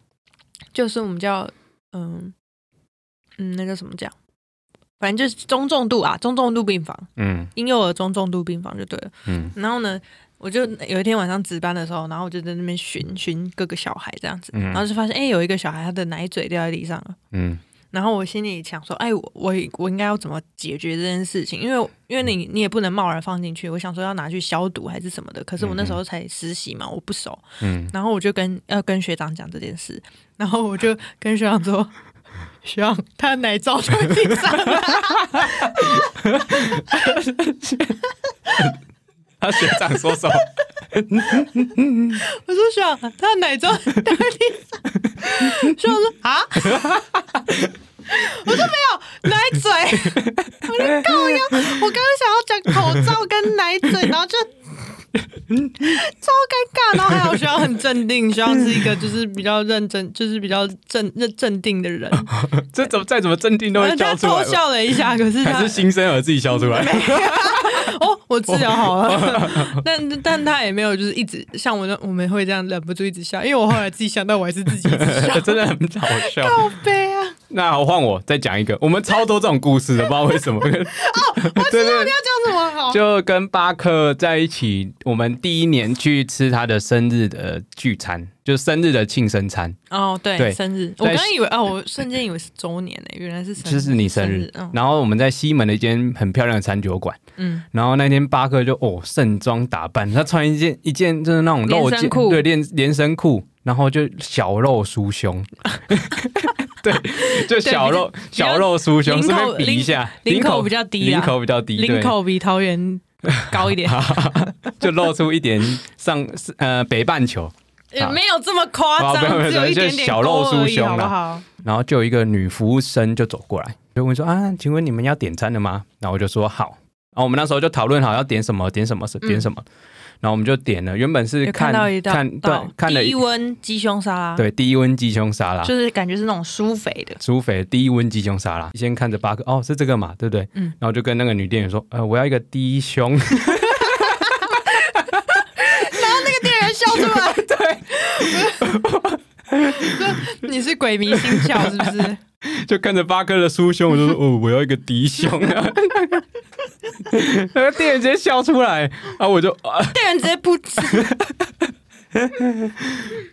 Speaker 2: 就是我们叫嗯嗯那叫什么讲，反正就是中重度啊，中重度病房，
Speaker 1: 嗯
Speaker 2: 婴幼儿中重度病房就对了。
Speaker 1: 嗯
Speaker 2: 然后呢，我就有一天晚上值班的时候，然后我就在那边寻寻各个小孩这样子，
Speaker 1: 嗯
Speaker 2: 然后就发现哎、有一个小孩他的奶嘴掉在地上了。
Speaker 1: 嗯
Speaker 2: 然后我心里想说，哎，我我我应该要怎么解决这件事情？因为因为你你也不能贸然放进去，我想说要拿去消毒还是什么的。可是我那时候才实习嘛，我不熟，
Speaker 1: 嗯，
Speaker 2: 然后我就跟要跟学长讲这件事，然后我就跟学长说， (laughs) 学长他的奶罩在地上了，
Speaker 1: 他学长说什么？ (laughs)
Speaker 2: 我说学长他的奶罩掉在地上， (laughs) 学长说啊，我说没有奶嘴，我就靠呀，我刚刚想要讲口罩跟奶嘴，然后就。 (laughs) 超尴尬，然后还有学长很镇定，学长是一个就是比较认真，就是比较镇认镇定的人，
Speaker 1: 这怎么再怎么镇定 (laughs) 都会
Speaker 2: 然后
Speaker 1: 笑
Speaker 2: 呃他
Speaker 1: 出
Speaker 2: 偷
Speaker 1: 来吧，
Speaker 2: 笑了
Speaker 1: (laughs)
Speaker 2: 一下，可是他
Speaker 1: 还是新生儿自己笑出来？，
Speaker 2: 哦，我治疗好了， (laughs) 但但他也没有就是一直像我那我们会这样忍不住一直笑，因为我后来自己想到我还是自己一直
Speaker 1: (laughs)
Speaker 2: 笑
Speaker 1: 真的很好笑。
Speaker 2: (laughs) 好悲啊！
Speaker 1: 那好换我再讲一个，我们超多这种故事的，不知道为什
Speaker 2: (laughs) 哦
Speaker 1: 么。 (laughs) 对对，
Speaker 3: 要叫什么好？
Speaker 1: 就跟巴克在一起，我们第一年去吃他的生日的聚餐，就生日的庆生餐。
Speaker 2: 哦，对，
Speaker 1: 对
Speaker 2: 生日，我
Speaker 1: 在
Speaker 2: 刚刚以为哦，我瞬间以为是周年呢，原来是生日，
Speaker 1: 就是你生日，
Speaker 2: 嗯
Speaker 1: 然后我们在西门的一间很漂亮的餐酒馆，
Speaker 2: 嗯，
Speaker 1: 然后那天巴克就哦盛装打扮，他穿一件一件就是那种露
Speaker 2: 连
Speaker 1: 肩
Speaker 2: 身裤
Speaker 1: 对连连身裤，然后就小露酥胸，
Speaker 2: (laughs)
Speaker 1: 对，就小露
Speaker 2: 比较
Speaker 1: 小露酥胸，
Speaker 2: 领
Speaker 1: 顺
Speaker 2: 口
Speaker 1: 便比一下，
Speaker 2: 领口比较低啊
Speaker 1: 领口比较低，
Speaker 2: 领
Speaker 1: 对，
Speaker 2: 口比桃园
Speaker 1: (laughs)
Speaker 2: 高一点，
Speaker 1: 就露出一点上呃北半球，
Speaker 2: 也没有这么夸
Speaker 1: 好没有没有
Speaker 2: 张，只有一点
Speaker 1: 就是
Speaker 2: 点
Speaker 1: 小露
Speaker 2: 沟而已
Speaker 1: 酥胸啊
Speaker 2: 好不好？
Speaker 1: 然后就有一个女服务生就走过来，就问说啊，请问你们要点餐了吗？然后我就说好。然后我们那时候就讨论好要点什么，点什么，点什么。然后我们就点了，原本是
Speaker 2: 嗯有
Speaker 1: 看
Speaker 2: 看到一道
Speaker 1: 看
Speaker 2: 到
Speaker 1: 对看了
Speaker 2: 低温鸡胸沙拉，，
Speaker 1: 对低温鸡胸沙拉，
Speaker 2: 就是感觉是那种酥肥
Speaker 1: (laughs)
Speaker 2: 的，
Speaker 1: 苏菲低温鸡胸沙拉。先看着巴克，哦，是这个嘛，对不对？
Speaker 2: 嗯
Speaker 1: 然后就跟那个女店员说，呃，我要一个低胸。 (laughs)
Speaker 2: 店员笑出来， (laughs)
Speaker 1: (laughs)
Speaker 2: 对，你是鬼迷心窍是不是？
Speaker 1: 就看着巴克的酥胸，我
Speaker 2: (laughs)
Speaker 1: 就说：“哦，我要一个低胸啊！”那个店员直接笑出来，啊，我就啊，
Speaker 2: 店员直接不
Speaker 1: (laughs)
Speaker 2: 吃，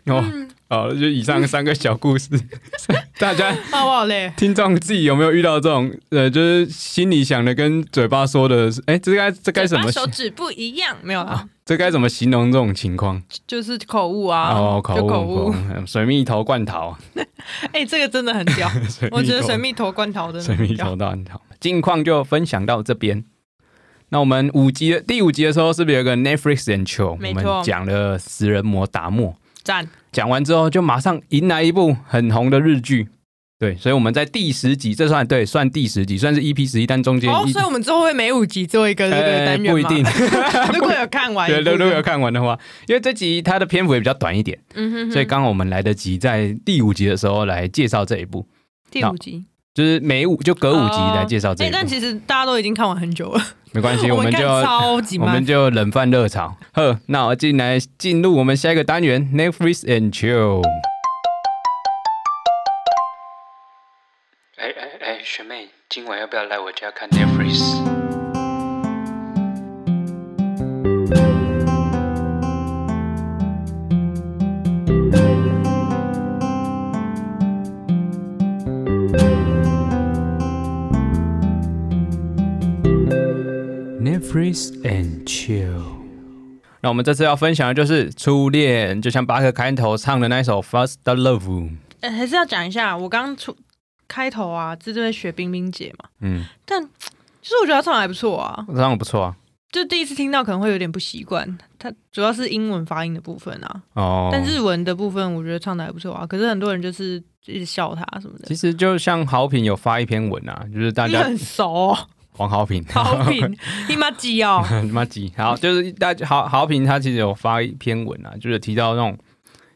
Speaker 1: 哦，
Speaker 2: 嗯
Speaker 1: 好，就以上三个小故事， (laughs) 大家
Speaker 2: 啊，我好 (laughs) 累。
Speaker 1: 听众自己有没有遇到这种呃，就是心里想的跟嘴巴说的是，哎、这该这该怎么
Speaker 2: 嘴巴手指不一样，没有啦，
Speaker 1: 这该怎么形容这种情况？
Speaker 2: 就是口误啊，
Speaker 1: 哦，
Speaker 2: 就
Speaker 1: 口误，
Speaker 2: 口误。
Speaker 1: 嗯水蜜桃 (laughs) 罐头，
Speaker 2: (laughs) 哎，这个真的很
Speaker 1: (laughs)
Speaker 2: 屌，
Speaker 1: 水蜜桃
Speaker 2: 我觉得水蜜桃罐头真的
Speaker 1: 水
Speaker 2: 很
Speaker 1: 蜜
Speaker 2: 屌
Speaker 1: 桃罐头。近况就分享到这边。那我们五集的第五集的时候，是不是有一个 Netflix and Chill？我
Speaker 2: 没
Speaker 1: 们
Speaker 2: 错
Speaker 1: 讲了食人魔达莫，
Speaker 2: 赞，
Speaker 1: 讲完之后就马上迎来一部很红的日剧，对，所以我们在第十集，这算对，算第十集，算是 EP 十一，但中间
Speaker 2: 哦，
Speaker 1: 一
Speaker 2: 所以我们之后会每五集做一个这个
Speaker 1: 呃
Speaker 2: 单元吗
Speaker 1: 不一
Speaker 2: (laughs)
Speaker 1: 定，
Speaker 2: 如果有看完，
Speaker 1: 对，
Speaker 2: 一部
Speaker 1: 如果有看完的话，因为这集它的篇幅也比较短一点，
Speaker 2: 嗯哼哼，
Speaker 1: 所以刚好我们来得及在第五集的时候来介绍这一部，
Speaker 2: 第五集
Speaker 1: 就是每五就隔五集
Speaker 2: 哦
Speaker 1: 来介绍这一
Speaker 2: 哎
Speaker 1: 部，
Speaker 2: 但其实大家都已经看完很久了，
Speaker 1: 没关系，我们
Speaker 2: 看
Speaker 1: 就
Speaker 2: 超级
Speaker 1: 我们
Speaker 2: 慢，
Speaker 1: 就冷饭热炒。呵，那我进来进入我们下一个单元 Netflix and Chill。
Speaker 4: 哎哎哎，学妹，今晚要不要来我家看 Netflix？
Speaker 1: Netflix and chill。那我们这次要分享的就是初恋，就像巴克开头唱的那一首《First Love》。
Speaker 2: 哎还是要讲一下，我刚出开头啊，这对雪冰冰姐嘛，
Speaker 1: 嗯，
Speaker 2: 但其实我觉得她唱的还不错啊，
Speaker 1: 这样不错啊。
Speaker 2: 就第一次听到可能会有点不习惯，她主要是英文发音的部分啊，
Speaker 1: 哦，
Speaker 2: 但日文的部分我觉得唱的还不错啊，可是很多人就是一直笑她什么的
Speaker 1: 其，实就像好品有发一篇文啊，就是大
Speaker 2: 你 (laughs)
Speaker 1: 家
Speaker 2: 很熟哦，
Speaker 1: 黄好品，
Speaker 2: 好品，你妈
Speaker 1: (laughs)
Speaker 2: 鸡哦，
Speaker 1: 妈鸡，好，就是大家好好评，他其实有发一篇文啊，就是提到那种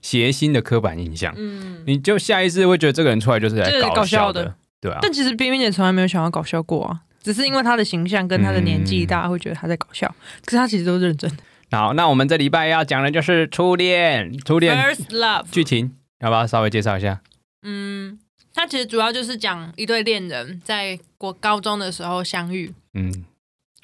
Speaker 1: 谐星的刻板印象，
Speaker 2: 嗯，
Speaker 1: 你就下意识会觉得这个人出来就是来
Speaker 2: 就是
Speaker 1: 搞
Speaker 2: 搞
Speaker 1: 笑
Speaker 2: 笑
Speaker 1: 的，
Speaker 2: 的
Speaker 1: 对啊。
Speaker 2: 但其实冰冰姐从来没有想要搞笑过啊，只是因为她的形象跟她的年纪，
Speaker 1: 嗯
Speaker 2: 大家会觉得她在搞笑，可是她其实都是认真的。
Speaker 1: 好，那我们这礼拜要讲的就是初恋，初恋
Speaker 2: First Love，
Speaker 1: 剧情要不要稍微介绍一下？
Speaker 2: 嗯，它其实主要就是讲一对恋人在国高中的时候相遇，
Speaker 1: 嗯，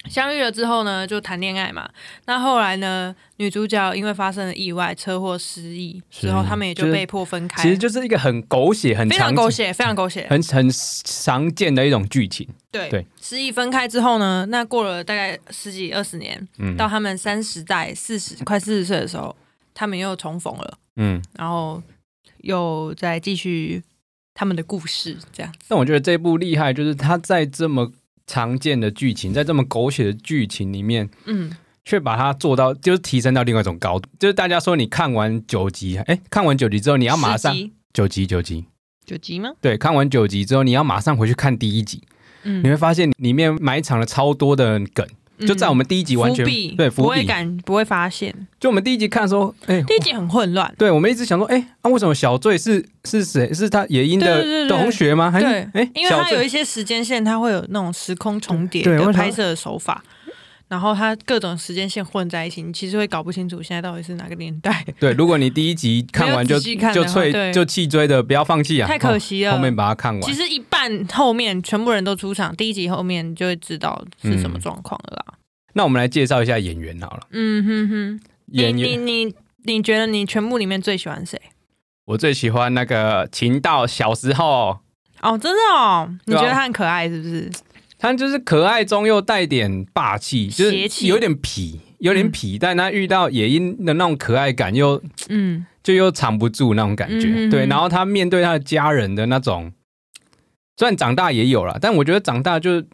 Speaker 2: 相遇了之后呢，就谈恋爱嘛。那后来呢，女主角因为发生了意外，车祸失忆
Speaker 1: 是
Speaker 2: 之后，他们也
Speaker 1: 就
Speaker 2: 就是被迫分开，
Speaker 1: 其实就是一个很狗血、很
Speaker 2: 非
Speaker 1: 常
Speaker 2: 常狗血，非常狗血。
Speaker 1: 很很常见的一种剧情。
Speaker 2: 对
Speaker 1: 对
Speaker 2: 失忆分开之后呢，那过了大概十几二十年，
Speaker 1: 嗯
Speaker 2: 到他们三十代、四十快四十岁的时候，他们又重逢了，
Speaker 1: 嗯，
Speaker 2: 然后又再继续他们的故事，这样子。
Speaker 1: 但我觉得这部厉害，就是它在这么常见的剧情，在这么狗血的剧情里面，
Speaker 2: 嗯，
Speaker 1: 却把它做到，就是提升到另外一种高度。就是大家说你看完九集，哎，看完九集之后，你要马上
Speaker 2: 十集
Speaker 1: 九集九集，
Speaker 2: 九集吗？
Speaker 1: 对，看完九集之后，你要马上回去看第一集，你
Speaker 2: 嗯，
Speaker 1: 会发现里面埋藏了超多的梗，就在我们第一集完全
Speaker 2: 嗯伏笔，
Speaker 1: 对
Speaker 2: 不
Speaker 1: 伏
Speaker 2: 会
Speaker 1: 笔，
Speaker 2: 感不会发现，
Speaker 1: 就我们第一集看的时候，哎，
Speaker 2: 第一集很混乱。
Speaker 1: 对我们一直想说，哎，那为什么小醉是是谁？是他野樱
Speaker 2: 对
Speaker 1: 的
Speaker 2: 对对
Speaker 1: 的
Speaker 2: 对
Speaker 1: 同学吗？还是
Speaker 2: 对，
Speaker 1: 哎，
Speaker 2: 因为
Speaker 1: 小
Speaker 2: 它有
Speaker 1: 醉
Speaker 2: 一些时间线，它会有那种时空重叠
Speaker 1: 对对
Speaker 2: 的
Speaker 1: 我想
Speaker 2: 拍摄的手法，然后它各种时间线混在一起，你其实会搞不清楚现在到底是哪个年代，
Speaker 1: 对，如果你第一集看完就
Speaker 2: 没有仔细看的
Speaker 1: 就
Speaker 2: 话
Speaker 1: 脆
Speaker 2: 对
Speaker 1: 就弃追的，不要放弃啊，
Speaker 2: 太可惜
Speaker 1: 哦
Speaker 2: 了。
Speaker 1: 后面把它看完
Speaker 2: 其。实一半后面全部人都出场，第一集后面就会知道是
Speaker 1: 嗯
Speaker 2: 什么状况了啦。
Speaker 1: 那我们来介绍一下演员好了，
Speaker 2: 嗯哼哼，你
Speaker 1: 演
Speaker 2: 你
Speaker 1: 员
Speaker 2: 你你觉得你全部里面最喜欢谁？
Speaker 1: 我最喜欢那个秦道，小时候
Speaker 2: 哦，真的哦，你
Speaker 1: 对啊
Speaker 2: 觉得他很可爱是不是？
Speaker 1: 他就是可爱中又带点霸气，就
Speaker 2: 邪
Speaker 1: 是
Speaker 2: 气
Speaker 1: 有点痞，有点痞，但他遇到野樱的那种可爱感又
Speaker 2: 嗯，
Speaker 1: 就又藏不住那种感觉。
Speaker 2: 嗯嗯嗯
Speaker 1: 对，然后他面对他的家人的那种，虽然长大也有了，但我觉得长大就是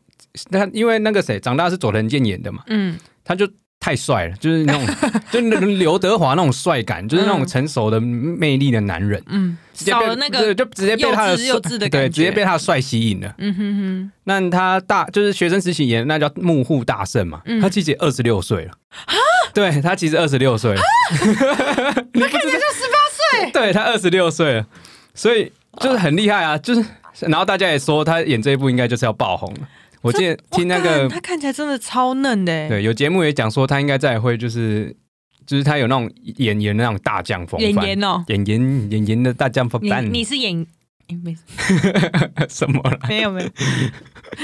Speaker 1: 他，因为那个谁，长大是佐藤健演的嘛，
Speaker 2: 嗯，
Speaker 1: 他就太帅了，就是那
Speaker 2: (laughs)
Speaker 1: 种就是那种刘德华那种帅感，就是那种
Speaker 2: 嗯
Speaker 1: 成熟的魅力的男人。
Speaker 2: 嗯，
Speaker 1: 直接被
Speaker 2: 少了那
Speaker 1: 对
Speaker 2: 个，
Speaker 1: 就直接被他的
Speaker 2: 幼稚
Speaker 1: 帅
Speaker 2: 幼稚的感
Speaker 1: (laughs) 对，
Speaker 2: 觉
Speaker 1: 直接被他的帅吸引了。
Speaker 2: 嗯哼哼，
Speaker 1: 那他大就是学生时期演的那叫幕户大圣嘛，
Speaker 2: 嗯
Speaker 1: 他其实二十六岁了。对他其实二十六 (laughs) 岁了，啊他看起来就十八岁。对他二十六岁了，所以就是很厉害啊！就是然后大家也说他演这一部应该就是要爆红了。我记得听那
Speaker 2: 哇
Speaker 1: 个
Speaker 2: 干他看起来真的超嫩的，，欸
Speaker 1: 对有节目也讲说他应该再也会就是就是他有那种演员那种大将风
Speaker 2: 演
Speaker 1: 范，
Speaker 2: 员哦，
Speaker 1: 演员演员的大将风
Speaker 2: 你
Speaker 1: 范
Speaker 2: 你是演。诶没事
Speaker 1: 什么啦？
Speaker 2: 没有 (laughs) 没有，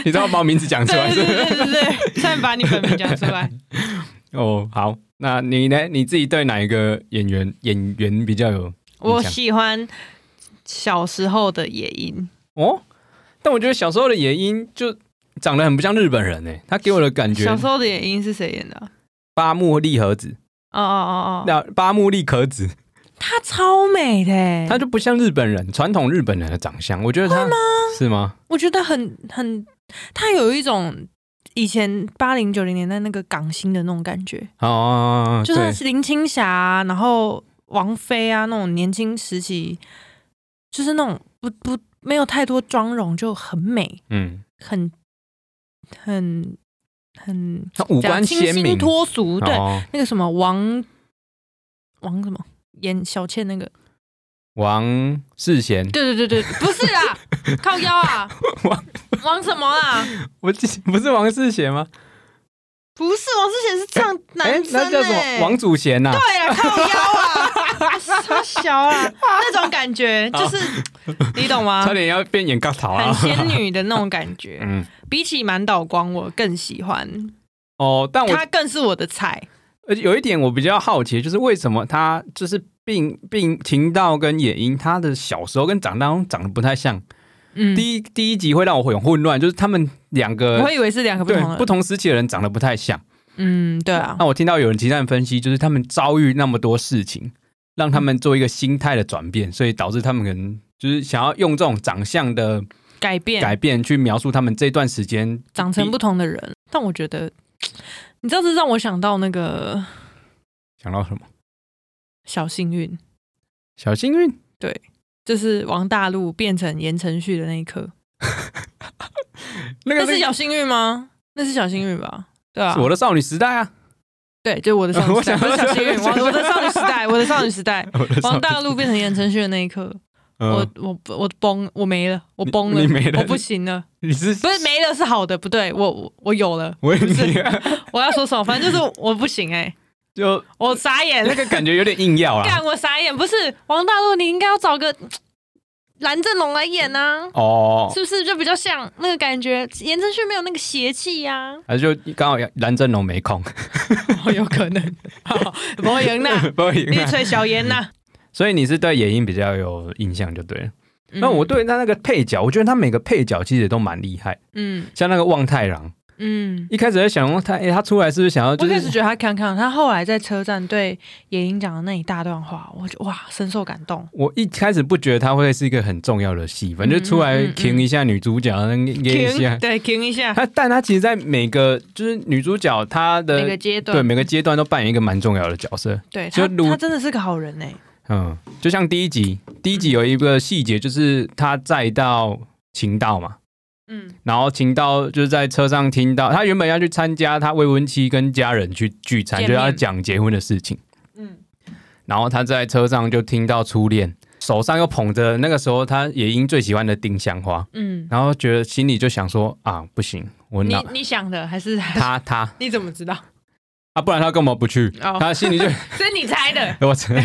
Speaker 1: 你知道把我名字讲出来是
Speaker 2: 对对
Speaker 1: 不是？
Speaker 2: 对对对， (laughs) 对，然把你本名讲出
Speaker 1: (laughs)
Speaker 2: 来。
Speaker 1: 哦，好，那你呢？你自己对哪一个演员演员比较有
Speaker 2: 我
Speaker 1: 印象
Speaker 2: 喜欢小时候的野樱，
Speaker 1: 哦？但我觉得小时候的野樱就长得很不像日本人诶，他给我的感觉
Speaker 2: 小，时候的野樱是谁演的啊？
Speaker 1: 八木利和子，
Speaker 2: 哦哦哦哦，
Speaker 1: 那八木利可子，
Speaker 2: 她超美的欸，
Speaker 1: 他就不像日本人传统日本人的长相，我觉得他是吗？
Speaker 2: 我觉得很很，她有一种以前八零九零年代那个港星的那种感觉，
Speaker 1: 哦，
Speaker 2: 就
Speaker 1: 对，
Speaker 2: 是林青霞啊、然后王菲啊那种年轻时期，就是那种不不没有太多妆容，就很美，
Speaker 1: 嗯，
Speaker 2: 很很很
Speaker 1: 他五
Speaker 2: 讲
Speaker 1: 官
Speaker 2: 清
Speaker 1: 鲜
Speaker 2: 新
Speaker 1: 明，
Speaker 2: 脱俗。对，
Speaker 1: 哦
Speaker 2: 那个什么王王什么演小倩那个，
Speaker 1: 王世贤，
Speaker 2: 对对对对，不是啦，靠腰啊，
Speaker 1: (laughs) 王
Speaker 2: 王什么啊啦？
Speaker 1: 我记不是王世贤吗？
Speaker 3: 不是王志贤是唱
Speaker 1: 哎
Speaker 3: 男，生、欸
Speaker 1: 那叫什么？王祖贤呐？
Speaker 2: 对啊，靠腰啊，超
Speaker 1: (laughs)
Speaker 2: 小啊，那种感觉就是你懂吗
Speaker 1: 哦差？点要变演杠桃
Speaker 2: 很
Speaker 1: 了。
Speaker 2: 仙女的那种感觉，
Speaker 1: (laughs) 嗯，
Speaker 2: 比起满岛光，我更喜欢
Speaker 1: 哦，但我
Speaker 2: 她，更是我的菜。
Speaker 1: 而且呃有一点我比较好奇，就是为什么他就是并并秦道跟野樱，他的小时候跟长大中长得不太像。
Speaker 2: 嗯，
Speaker 1: 第一第一集会让我很混乱，就是他们两
Speaker 2: 我
Speaker 1: 个
Speaker 2: 会以为是两个不
Speaker 1: 呃对
Speaker 2: 同的，
Speaker 1: 不同时期的人长得不太像。
Speaker 2: 嗯，对啊，
Speaker 1: 那我听到有人提案分析，就是他们遭遇那么多事情，让他们做一个心态的转变，所以导致他们可能就是想要用这种长相的
Speaker 2: 改变
Speaker 1: 改变去描述他们这段时间
Speaker 2: 长成不同的人，但我觉得，你知道这让我想到那个
Speaker 1: 想到什么
Speaker 2: 小幸运，
Speaker 1: 小幸运。
Speaker 2: 就是王大陆变成言承旭的那一刻，
Speaker 1: 那
Speaker 2: 那
Speaker 1: 个
Speaker 2: 是小幸运吗？那是小幸运吧？对啊
Speaker 1: 是，我的少女时代啊，
Speaker 2: 对，就我的少女
Speaker 1: 我
Speaker 2: 时代，
Speaker 1: 想
Speaker 2: 不是小幸运，
Speaker 1: 我想
Speaker 2: 我我的少女时
Speaker 1: (laughs)
Speaker 2: 代，我的少女时代，
Speaker 1: (laughs) 我的少
Speaker 2: 王
Speaker 1: 女
Speaker 2: 大陆变成言承旭的那一刻，
Speaker 1: 嗯
Speaker 2: 我我我崩，我没了，我崩了，
Speaker 1: 你没了
Speaker 2: 我不行了，
Speaker 1: 你是
Speaker 2: 不是没了是好的，不对，我我我有了，
Speaker 1: 我啊你
Speaker 2: 我要说什么？反正就是我不行哎、
Speaker 1: 就
Speaker 2: 我傻眼，
Speaker 1: 哎那
Speaker 2: (laughs)
Speaker 1: 个感觉有点硬啊要啦
Speaker 2: 干。我傻眼，不是王大陆，你应该要找个蓝正龙来演啊，
Speaker 1: 哦，
Speaker 2: 是不是就比较像那个感觉？言承旭没有那个邪气呀、
Speaker 1: 还是就刚好蓝正龙没空，
Speaker 2: (laughs) 哦，有可 (laughs) 能，哦不会赢
Speaker 1: (laughs)
Speaker 2: 呐，
Speaker 1: 不会赢
Speaker 2: 力
Speaker 1: 啊。
Speaker 2: 吹小言呐。
Speaker 1: 所以你是对野樱比较有印象就对了。 (laughs) 那
Speaker 2: 嗯
Speaker 1: 我，对他那个配角，我觉得他每个配角其实也都蛮厉害，
Speaker 2: 嗯
Speaker 1: 像那个望太郎，
Speaker 2: 嗯，
Speaker 1: 一开始在想说他，哎、他出来是不是想要
Speaker 2: 我
Speaker 1: 就
Speaker 2: 一开始
Speaker 1: 是
Speaker 2: 觉得他康康，他后来在车站对野英讲的那一大段话，我就哇深受感动。
Speaker 1: 我一开始不觉得他会是一个很重要的戏，反正就出来
Speaker 2: 嗯嗯嗯嗯
Speaker 1: 停一下女主角，嗯、捏一下。
Speaker 2: 对，停一下，
Speaker 1: 他但他其实，在每个就是女主角她的
Speaker 2: 每个阶
Speaker 1: 对
Speaker 2: 段，
Speaker 1: 每个阶段都扮演一个蛮重要的角色。
Speaker 2: 对，
Speaker 1: 就
Speaker 2: 他
Speaker 1: 如
Speaker 2: 他真的是个好人哎、
Speaker 1: 嗯，就像第一集，第一集有一个细节，就是他载到秦道嘛，
Speaker 2: 嗯
Speaker 1: 然后秦道就是在车上听到，他原本要去参加他未婚妻跟家人去聚餐，
Speaker 2: 见
Speaker 1: 就
Speaker 2: 面
Speaker 1: 要讲结婚的事情。
Speaker 2: 嗯，
Speaker 1: 然后他在车上就听到初恋，手上又捧着那个时候他也英最喜欢的丁香花，
Speaker 2: 嗯，
Speaker 1: 然后觉得心里就想说啊，不行，我
Speaker 2: 你
Speaker 1: 哪
Speaker 2: 你想的还是
Speaker 1: 他他
Speaker 2: 你怎么知道？
Speaker 1: 啊，不然他干嘛不去？
Speaker 2: 哦
Speaker 1: 他心里
Speaker 2: (laughs)
Speaker 1: 就
Speaker 2: 所以你猜的。
Speaker 1: 我猜，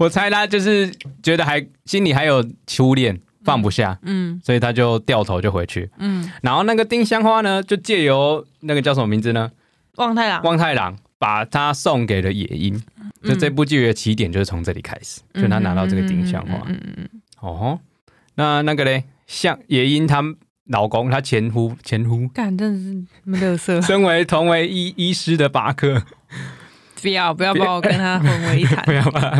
Speaker 1: 我猜他就是觉得还心里还有初恋放不下，
Speaker 2: 嗯
Speaker 1: 所以他就掉头就回去。
Speaker 2: 嗯，
Speaker 1: 然后那个丁香花呢，就借由那个叫什么名字呢？
Speaker 2: 望太郎，
Speaker 1: 望太郎把他送给了野樱，就这部剧的起点就是从这里开始，就他拿到这个丁香花。
Speaker 2: 嗯嗯嗯，
Speaker 1: 哦吼，那那个嘞，像野樱她老公，她前夫前夫，，
Speaker 2: 干真的是那么乐色
Speaker 1: 身为同为医医师的巴克，
Speaker 2: (laughs) 不要不要把我跟他混为一谈
Speaker 1: 不。要吧，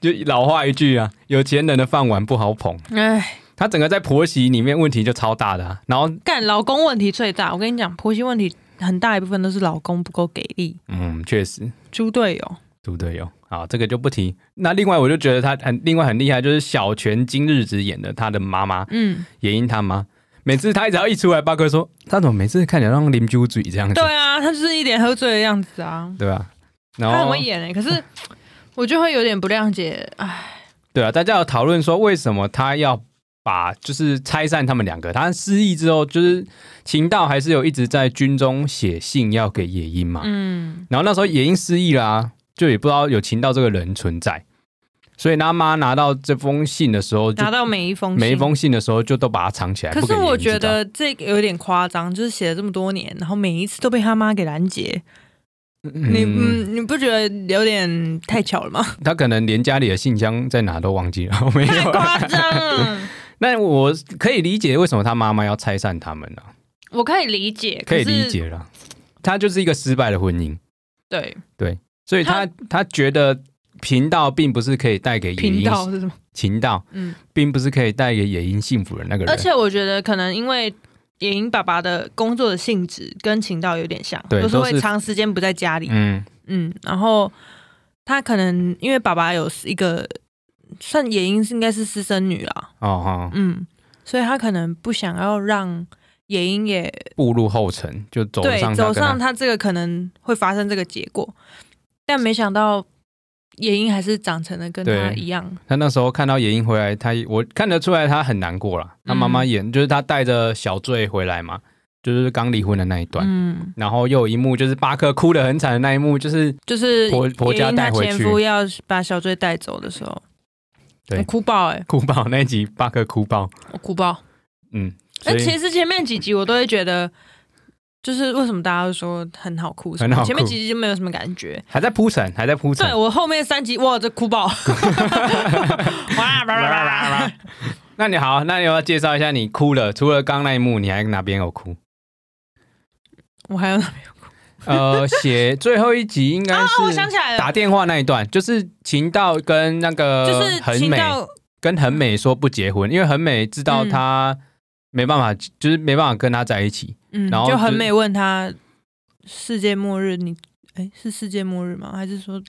Speaker 1: 就老话一句啊，有钱人的饭碗不好捧。
Speaker 2: (laughs) 哎，
Speaker 1: 她整个在婆媳里面问题就超大的、啊，然后
Speaker 2: 干老公问题最大，我跟你讲，婆媳问题很大一部分都是老公不够给力，
Speaker 1: 嗯，确实，
Speaker 2: 猪队友。
Speaker 1: 猪队友。好，这个就不提。那另外，我就觉得他很，另外很厉害，就是小泉今日子演的他的妈妈，
Speaker 2: 嗯，
Speaker 1: 也因他妈。每次他只要一出来，巴克说他怎么每次看起来像邻居嘴这样子，
Speaker 2: 对啊，他就是一脸喝醉的样子啊，
Speaker 1: 对吧？然
Speaker 2: 他很
Speaker 1: 后嗯
Speaker 2: 会演哎、可是我就会有点不谅解，哎，
Speaker 1: 对啊，大家有讨论说为什么他要把就是拆散他们两个？他失忆之后，就是秦道还是有一直在军中写信要给野樱嘛，
Speaker 2: 嗯
Speaker 1: 然后那时候野樱失忆啦、啊就也不知道有秦道这个人存在，所以他妈拿到这封信的时候就
Speaker 2: 拿到每一封信
Speaker 1: 每一。封信的时候就都把它藏起来。
Speaker 2: 可
Speaker 1: 不
Speaker 2: 是
Speaker 1: 给别人
Speaker 2: 我觉
Speaker 1: 知道，
Speaker 2: 得这个有点夸张，就是写了这么多年，然后每一次都被他妈给拦截，你
Speaker 1: 嗯，
Speaker 2: 嗯，你不觉得有点太巧 (laughs) 了吗？
Speaker 1: 他可能连家里的信箱在哪都忘记了，没
Speaker 2: 太
Speaker 1: 有。
Speaker 2: 夸张了，
Speaker 1: (laughs) 那我可以理解为什么他妈妈要拆散他们了、啊
Speaker 2: 我可以理解，
Speaker 1: 可以
Speaker 2: 是
Speaker 1: 理。解了。他就是一个失败的婚姻，
Speaker 2: 对，
Speaker 1: 所以他他觉得频道并不是可以带给野
Speaker 2: 频
Speaker 1: 樱
Speaker 2: 道是什么？
Speaker 1: 情道，
Speaker 2: 嗯，
Speaker 1: 并不是可以带给野樱幸福的那个人。
Speaker 2: 而且我觉得可能因为野英爸爸的工作的性质跟秦道有点像，
Speaker 1: 对
Speaker 2: 都是
Speaker 1: 都
Speaker 2: 会
Speaker 1: 是
Speaker 2: 长时间不在家里，
Speaker 1: 嗯，
Speaker 2: 嗯，然后他可能因为爸爸有一个算野英是应该是私生女啦，
Speaker 1: 哦哦，
Speaker 2: 嗯，所以他可能不想要让野樱也
Speaker 1: 步入后尘，就走
Speaker 2: 对
Speaker 1: 上他
Speaker 2: 走
Speaker 1: 跟
Speaker 2: 上
Speaker 1: 他
Speaker 2: 他这个可能会发生这个结果，但没想到野樱还是长成了跟他
Speaker 1: 对
Speaker 2: 一样，
Speaker 1: 他那时候看到野樱回来，他我看得出来他很难过啦。
Speaker 2: 嗯
Speaker 1: 他妈妈演、就是他带着小醉回来嘛，就是刚离婚的那一段。
Speaker 2: 嗯，
Speaker 1: 然后又有一幕就是巴克哭得很惨的那一幕，就是
Speaker 2: 就是
Speaker 1: 婆婆
Speaker 2: 野
Speaker 1: 家
Speaker 2: 樱她
Speaker 1: 带回
Speaker 2: 前
Speaker 1: 去
Speaker 2: 夫要把小醉带走的时候，
Speaker 1: 对
Speaker 2: 我哭爆哎、
Speaker 1: 哭爆那一集，巴克哭爆。
Speaker 2: 我哭爆。
Speaker 1: 嗯，所
Speaker 2: 那
Speaker 1: 以
Speaker 2: 其实前面几集我都会觉得，就是为什么大家都说很好哭什么，
Speaker 1: 很好哭
Speaker 2: 前面几集就没有什么感觉。
Speaker 1: 还在铺陈，还在铺陈
Speaker 2: 对。我后面三集哇，这哭爆，哇哇哇哇哇！
Speaker 1: (laughs) 那你好，那你要不要介绍一下你哭了，除了刚那一幕，你还哪边有哭？
Speaker 2: 我还有啊，
Speaker 1: 呃，写最后一集应该
Speaker 2: (laughs)
Speaker 1: 是、
Speaker 2: 我想起来了
Speaker 1: 打，电话那一段，就是秦道跟那
Speaker 2: 就
Speaker 1: 个
Speaker 2: 是
Speaker 1: 很
Speaker 2: 听
Speaker 1: 美
Speaker 2: 到
Speaker 1: 跟很美说不结婚，因为很美知道
Speaker 2: 嗯
Speaker 1: 他没办法，就是没办法跟他在一起。
Speaker 2: 嗯，
Speaker 1: 然后
Speaker 2: 就
Speaker 1: 就是
Speaker 2: 很美问他世界末日你，哎是世界末日吗？还是说，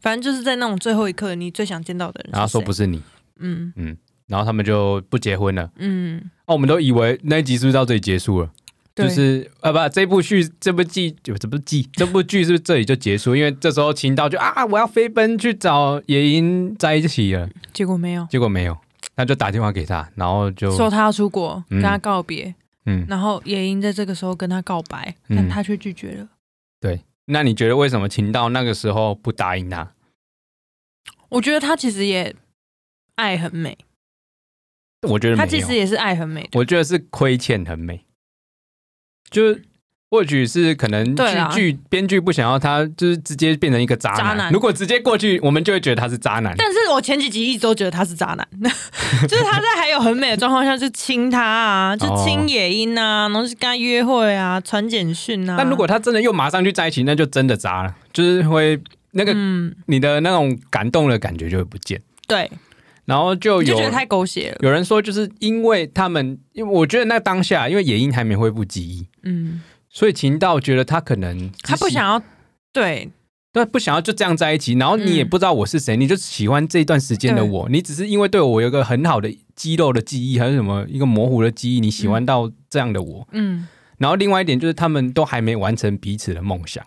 Speaker 2: 反正就是在那种最后一刻，你最想见到的人，
Speaker 1: 然后说不
Speaker 2: 是谁，
Speaker 1: 是你，
Speaker 2: 嗯
Speaker 1: 然后他们就不结婚了。
Speaker 2: 嗯，
Speaker 1: 哦，我们都以为那一集是不是到这里结束了？
Speaker 2: 对
Speaker 1: 就是啊，不，这部剧这部剧就这部剧这部剧是不是这里就结束？因为这时候秦道就啊，我要飞奔去找野樱在一起了，
Speaker 2: 结果没有，
Speaker 1: 结果没有，他就打电话给他，然后就
Speaker 2: 说他要出国，
Speaker 1: 嗯
Speaker 2: 跟他告别，
Speaker 1: 嗯，
Speaker 2: 然后野樱在这个时候跟他告白，
Speaker 1: 嗯
Speaker 2: 但他却拒绝了。
Speaker 1: 那你觉得为什么秦道那个时候不答应他？
Speaker 2: 我觉得他其实也爱很美，
Speaker 1: 我觉得没
Speaker 2: 他
Speaker 1: 有
Speaker 2: 其实也是爱很美的。
Speaker 1: 哦我觉得是亏欠很美，就是或许是可能
Speaker 2: 对
Speaker 1: 剧
Speaker 2: 啦
Speaker 1: 剧编剧不想要他就是直接变成一个渣男。
Speaker 2: 渣男
Speaker 1: 如果直接过去，我们就会觉得他是渣男。
Speaker 2: 但是我前几集一直都觉得他是渣
Speaker 1: (laughs)
Speaker 2: 男，就是他在还有很美的状况下就亲她啊，
Speaker 1: 哦
Speaker 2: 就亲野樱啊，然后就跟他约会啊，传简讯啊。
Speaker 1: 但如果他真的又马上去在一起，那就真的渣了，就是会那个、 (laughs)
Speaker 2: 嗯，
Speaker 1: 你的那种感动的感觉就会不见，
Speaker 2: 对，
Speaker 1: 然后就
Speaker 2: 你就
Speaker 1: 哦有啊
Speaker 2: 觉得太狗血了。
Speaker 1: 有人说，就是因为他们，因为我觉得那当下，因为野樱还没恢复记忆，
Speaker 2: 嗯，
Speaker 1: 所以秦道觉得他可能
Speaker 2: 他不
Speaker 1: 只喜
Speaker 2: 想要对
Speaker 1: 对，不想要就这样在一起，然后你也
Speaker 2: 嗯
Speaker 1: 不知道我是谁，你就喜欢这一段时间的
Speaker 2: 对
Speaker 1: 我，你只是因为对我有一个很好的肌肉的记忆，还是什么一个模糊的记忆，你喜欢到这样的我。
Speaker 2: 嗯
Speaker 1: 然后另外一点就是，他们都还没完成彼此的梦想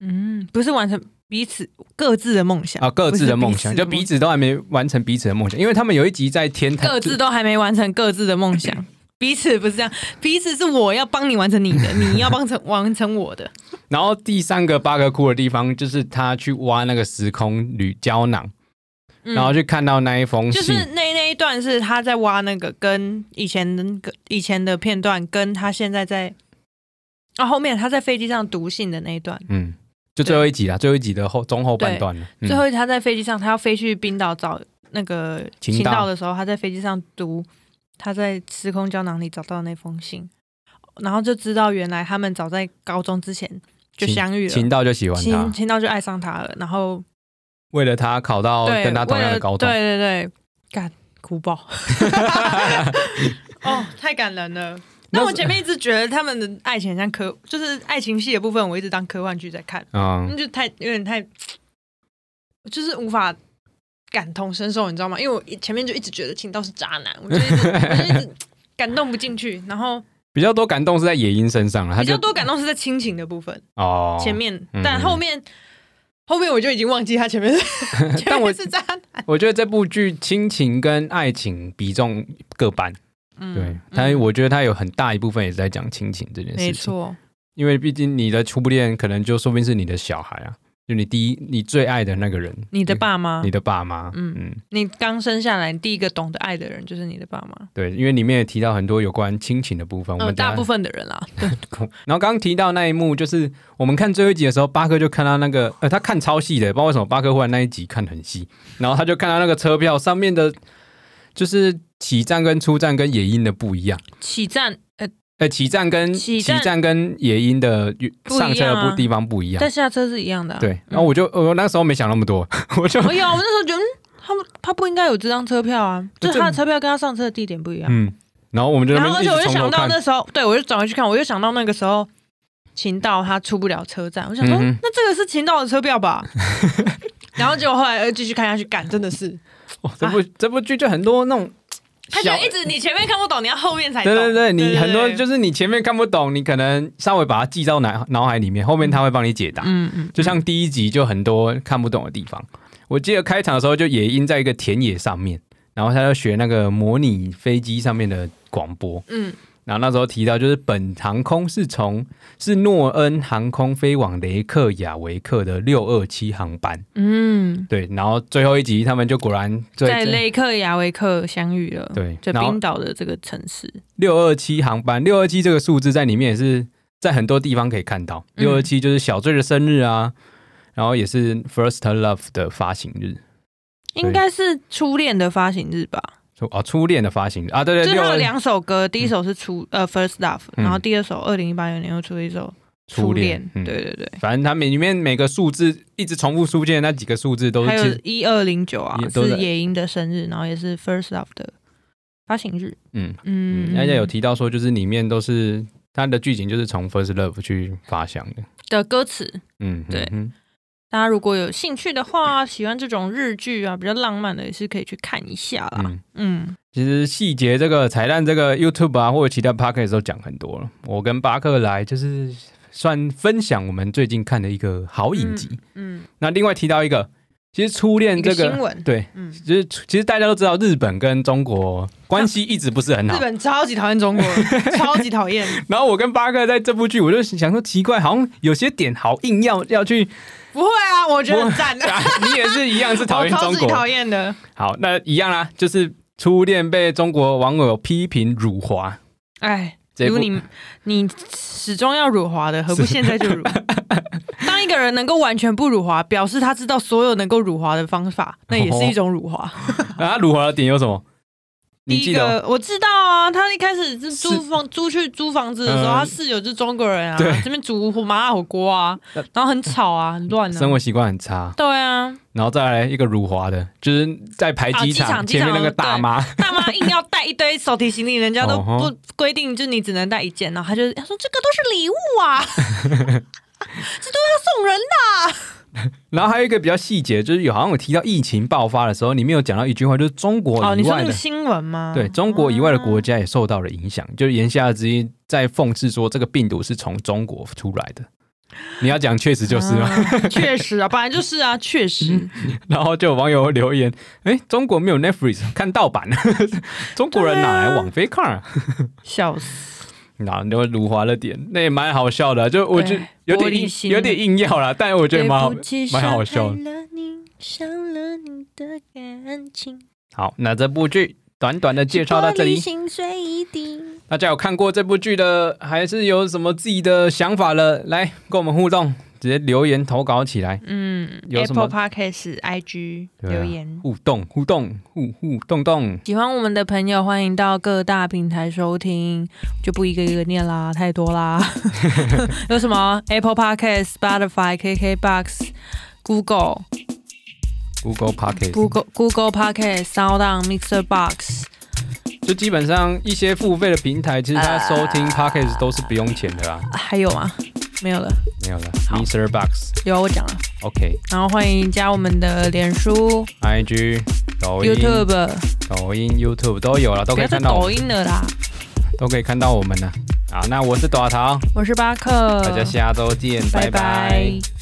Speaker 2: 嗯，不是完成彼此各自的梦想
Speaker 1: 啊，各自的梦想，
Speaker 2: 不是
Speaker 1: 就
Speaker 2: 彼
Speaker 1: 彼
Speaker 2: 此
Speaker 1: 此都还没完成彼此的梦想，因为他们有一集在天
Speaker 2: 的
Speaker 1: 台，
Speaker 2: 梦各自都还没完成各自的
Speaker 1: (laughs)
Speaker 2: 梦想。彼此不是这样，彼此是我要帮你完成你的，你要帮成完成
Speaker 1: (laughs)
Speaker 2: 我的。
Speaker 1: 然后第三个巴克库的地方就是他去挖那个时空铝胶囊，
Speaker 2: 嗯
Speaker 1: 然后去看到那一封
Speaker 2: 就
Speaker 1: 信，
Speaker 2: 是那那一段是他在挖那个跟以前的那个以前的片段，跟他现在在啊后面他在飞机上读信的那一段，
Speaker 1: 嗯，就最后一集啦，最后一集的后中后半
Speaker 2: 对
Speaker 1: 段了，嗯
Speaker 2: 最后他在飞机上，他要飞去冰岛找那个
Speaker 1: 秦
Speaker 2: 秦
Speaker 1: 道
Speaker 2: 道的时候，他在飞机上读他在时空胶囊里找到的那封信，然后就知道原来他们早在高中之前就
Speaker 1: 秦
Speaker 2: 相遇了，
Speaker 1: 秦道就喜欢他
Speaker 2: 秦，秦道就爱上他了，然后
Speaker 1: 为了他考到
Speaker 2: 对，
Speaker 1: 哦跟他同样
Speaker 2: 为
Speaker 1: 的
Speaker 2: 了
Speaker 1: 高中，
Speaker 2: 对对对，干哭爆，
Speaker 1: (laughs)
Speaker 2: 哦，太感人了。
Speaker 1: 那
Speaker 2: 那我
Speaker 1: 是
Speaker 2: 前面一直觉得他们的爱情很像科，就是爱情戏的部分，我一直当科幻剧在看，那
Speaker 1: 嗯，
Speaker 2: 就太有点太，就是无法感同身受，你知道吗？因为我一前面就一直觉得秦道是渣男，我就一直我就一
Speaker 1: (laughs)
Speaker 2: 直感动不进去，然后
Speaker 1: 比较多感动是在野樱身上了，他
Speaker 2: 比较
Speaker 1: 就
Speaker 2: 多感动是在亲情的部分
Speaker 1: 哦
Speaker 2: 前。面，
Speaker 1: 嗯
Speaker 2: 但后面后面我就已经忘记他
Speaker 1: (laughs)
Speaker 2: 前面是前
Speaker 1: 但我
Speaker 2: 面是渣男，
Speaker 1: 我觉得这部剧亲情跟爱情比重各半，
Speaker 2: 嗯
Speaker 1: 对，但我觉得它有很大一部分也是在讲亲情这件事情，
Speaker 2: 没，错，
Speaker 1: 因为毕竟你的初恋可能就说不定是你的小孩啊，就你第一你最爱的那个人，
Speaker 2: 你的爸妈，
Speaker 1: 你的爸妈，嗯
Speaker 2: 嗯你刚生下来第一个懂得爱的人就是你的爸妈，
Speaker 1: 对，因为里面也提到很多有关亲情的部分，我
Speaker 2: 嗯、
Speaker 1: 们等
Speaker 2: 大
Speaker 1: 下
Speaker 2: 部分的人啦，对，
Speaker 1: (laughs) 然后刚刚提到那一幕，就是我们看最后一集的时候，巴克就看到那个，呃，他看超细的，不知道为什么巴克忽然那一集看很细，然后他就看到那个车票上面的，就是起站跟出站跟野樱的不一样，
Speaker 2: 起站，呃，
Speaker 1: 呃，起站跟
Speaker 2: 起站
Speaker 1: 跟野樱的
Speaker 2: 不一样啊
Speaker 1: 上车的不地方不一样
Speaker 2: 但，下车是一样的啊、
Speaker 1: 对。然后我就我那时候没想那么
Speaker 2: (laughs)
Speaker 1: 多，我就
Speaker 2: 我有，我那时候觉得，嗯，他们他不应该有这张车票啊，
Speaker 1: 呃这
Speaker 2: 就是他的车票跟他上车的地点不一样。
Speaker 1: 嗯，然后我们就在
Speaker 2: 然
Speaker 1: 那
Speaker 2: 后，而
Speaker 1: 边一
Speaker 2: 且我
Speaker 1: 直
Speaker 2: 就
Speaker 1: 从头
Speaker 2: 想到
Speaker 1: 看，
Speaker 2: 那时候，对我就转回去看，我就想到那个时候，秦道他出不了车站，我想说，
Speaker 1: 嗯哼
Speaker 2: 那这个是秦道的车
Speaker 1: (laughs)
Speaker 2: 票吧？呃然后结果后来又继续看下去，干，真的是
Speaker 1: 哇这部这部剧就很多那种
Speaker 2: 啊他
Speaker 1: 小
Speaker 2: 就一直你前面看不懂，你要后面才懂。
Speaker 1: 对对对，你很多
Speaker 2: 对
Speaker 1: 就是你前面看不懂，你可能稍微把它记到脑脑海里面，后面他会帮你解答。
Speaker 2: 嗯嗯，
Speaker 1: 就像第一集就很多看不懂的地方。我记得开场的时候就野鹰在一个田野上面，然后他就学那个模拟飞机上面的广播。
Speaker 2: 嗯
Speaker 1: 然后那时候提到就是本航空是从是诺恩航空飞往雷克雅维克的六二七航班。
Speaker 2: 嗯，
Speaker 1: 对，然后最后一集他们就果然最
Speaker 2: 在雷克雅维克相遇了，
Speaker 1: 对
Speaker 2: 就
Speaker 1: 然后
Speaker 2: 冰岛的这个城市，
Speaker 1: 六二七航班，六二七这个数字在里面也是在很多地方可以看到。
Speaker 2: 嗯
Speaker 1: 六二七就是小醉的生日啊，然后也是 First Love 的发行日，
Speaker 2: 应该是初恋的发行日吧？
Speaker 1: 初哦初恋的发行日啊，对
Speaker 2: 就
Speaker 1: 对，
Speaker 2: 是
Speaker 1: 六
Speaker 2: 它有
Speaker 1: 二
Speaker 2: 两首歌，第一首是初呃 First Love，
Speaker 1: 嗯
Speaker 2: 然后第二首二零一八年又出了一首
Speaker 1: 初
Speaker 2: 恋
Speaker 1: 恋，，嗯，
Speaker 2: 对对对。
Speaker 1: 反正它每里面每个数字一直重复出现的那几个数字都
Speaker 2: 还
Speaker 1: 是
Speaker 2: 有
Speaker 1: 其
Speaker 2: 一二零九啊
Speaker 1: 也，都
Speaker 2: 是
Speaker 1: 在
Speaker 2: 野鹰的生日，然后也是 First Love 的发行日。
Speaker 1: 嗯
Speaker 2: 嗯，
Speaker 1: 嗯，而且有提到说就是里面都是它的剧情就是从 First Love 去发想的，
Speaker 2: 的歌词。
Speaker 1: 嗯，
Speaker 2: 对
Speaker 1: 嗯
Speaker 2: 大家如果有兴趣的话，喜欢这种日剧啊，比较浪漫的，也是可以去看一下
Speaker 1: 哼
Speaker 2: 啦。
Speaker 1: 嗯。
Speaker 2: 嗯，
Speaker 1: 其实细节这个彩蛋，这个 YouTube 啊或者其他 p a r k e 都讲很多了。我跟巴克来就是算分享我们最近看的一个好影集。
Speaker 2: 嗯，
Speaker 1: 那另外提到一个，其实初恋
Speaker 2: 一
Speaker 1: 这
Speaker 2: 个
Speaker 1: 个
Speaker 2: 新闻，
Speaker 1: 对，
Speaker 2: 嗯，
Speaker 1: 就是其实大家都知道日本跟中国关系一直不是很好
Speaker 2: (laughs) 日。本超级讨厌中国人，超级讨 (laughs) 厌，
Speaker 1: 然后我跟巴克在这部剧，我就想说奇怪，好像有些点好硬要要去， (laughs)
Speaker 2: 不会啊，我觉得很赞的，
Speaker 1: 啊、你也是一样是讨
Speaker 2: (laughs) 我
Speaker 1: 厌
Speaker 2: 超
Speaker 1: 中
Speaker 2: 级
Speaker 1: 国，
Speaker 2: 讨厌的。
Speaker 1: 好，那一样啦，就是初恋被中国网友批评辱华。
Speaker 2: 哎，
Speaker 1: 这一
Speaker 2: 如
Speaker 1: 部
Speaker 2: 你你始终要辱华的，何不现
Speaker 1: (laughs)
Speaker 2: 在就辱？当一个人能够完全不辱华，表示他知道所有能够辱华的方
Speaker 1: 哦
Speaker 2: 法，那也是一种辱华。
Speaker 1: (laughs) 啊，辱华的点有什么？
Speaker 2: 第
Speaker 1: 你
Speaker 2: 一
Speaker 1: 记得
Speaker 2: 个我知道啊，他一开始是租
Speaker 1: 是
Speaker 2: 房租去租房子的时候，
Speaker 1: 嗯
Speaker 2: 他室友就是中国人啊，
Speaker 1: 对
Speaker 2: 这边煮麻辣火锅啊，然后很吵啊，很乱
Speaker 1: 生
Speaker 2: 啊。
Speaker 1: 活习惯很差，
Speaker 2: 对啊，
Speaker 1: 然后再来一个辱华的，就是在排
Speaker 2: 啊
Speaker 1: 机
Speaker 2: 机场
Speaker 1: 前面那个大妈，
Speaker 2: 大妈硬要带一堆手提行李，人家都
Speaker 1: 哦吼
Speaker 2: 不规定，就是你只能带一件，然后他就他说这个都是礼物啊，这都要送人的。
Speaker 1: 然后还有一个比较细节，就是有好像有提到疫情爆发的时候，里面有讲到一句话，就是中国
Speaker 2: 哦，你
Speaker 1: 以
Speaker 2: 说
Speaker 1: 外
Speaker 2: 那
Speaker 1: 的
Speaker 2: 个，新闻吗？
Speaker 1: 对中国以外的国家也受到了影响，就是言下之意在讽刺说这个病毒是从中国出来的。你要讲确实就是嘛，
Speaker 2: 啊确实啊，本来就是啊，确
Speaker 1: 嗯
Speaker 2: 实。
Speaker 1: (laughs) 然后就有网友留言：“哎，中国没有 Netflix，看盗版， (laughs) 中国人哪来网飞看、啊？”
Speaker 2: 笑死！
Speaker 1: 哪有辱华的点，那也蛮好笑的啊、就我就
Speaker 2: 对
Speaker 1: 有
Speaker 2: 玻
Speaker 1: 点
Speaker 2: 璃
Speaker 1: 硬
Speaker 2: 心
Speaker 1: 有点硬要啦，但我觉得蛮好
Speaker 3: 对不起
Speaker 1: 蛮好笑
Speaker 3: 伤
Speaker 1: 的。
Speaker 3: 害了你，伤了你的感情。
Speaker 1: 好，那这部剧短短的介绍到这
Speaker 3: 玻璃
Speaker 1: 里，
Speaker 3: 心碎一地。
Speaker 1: 大家有看过这部剧的，还是有什么自己的想法了？来跟我们互动，直接留言投稿起来，
Speaker 2: 嗯
Speaker 1: 有什么
Speaker 2: ，Apple Podcast、IG
Speaker 1: 对啊
Speaker 2: 留言。
Speaker 1: 互动互动互互动动。
Speaker 2: 喜欢我们的朋友，欢迎到各大平台收听，就不一个一个念啦，太
Speaker 1: (laughs)
Speaker 2: 多啦。有什么 Apple Podcast、Spotify、KKBox、Google、
Speaker 1: Google Pocket
Speaker 2: Google、Google Podcast、Sound On、Mixer Box，
Speaker 1: 就基本上一些付费的平台，其实它收听 Pocket 都是不用钱的啦，
Speaker 2: 啊还有吗？没有了，
Speaker 1: 没有了。
Speaker 2: 好
Speaker 1: Mr. Box
Speaker 2: 有啊我讲了。
Speaker 1: OK，IG
Speaker 2: 然后欢迎加我们的脸书、
Speaker 1: 抖音
Speaker 2: YouTube，
Speaker 1: 抖音、YouTube 都有了，都
Speaker 2: 不
Speaker 1: 可
Speaker 2: 要
Speaker 1: 以
Speaker 2: 再
Speaker 1: 看到我
Speaker 2: 抖
Speaker 1: 们，
Speaker 2: 音了啦。
Speaker 1: 都可以看到我们呢。好，那我是朵桃，
Speaker 2: 我是巴克，
Speaker 1: 大家下周见，
Speaker 2: 嗯
Speaker 1: 拜
Speaker 2: 拜
Speaker 1: 拜
Speaker 2: 拜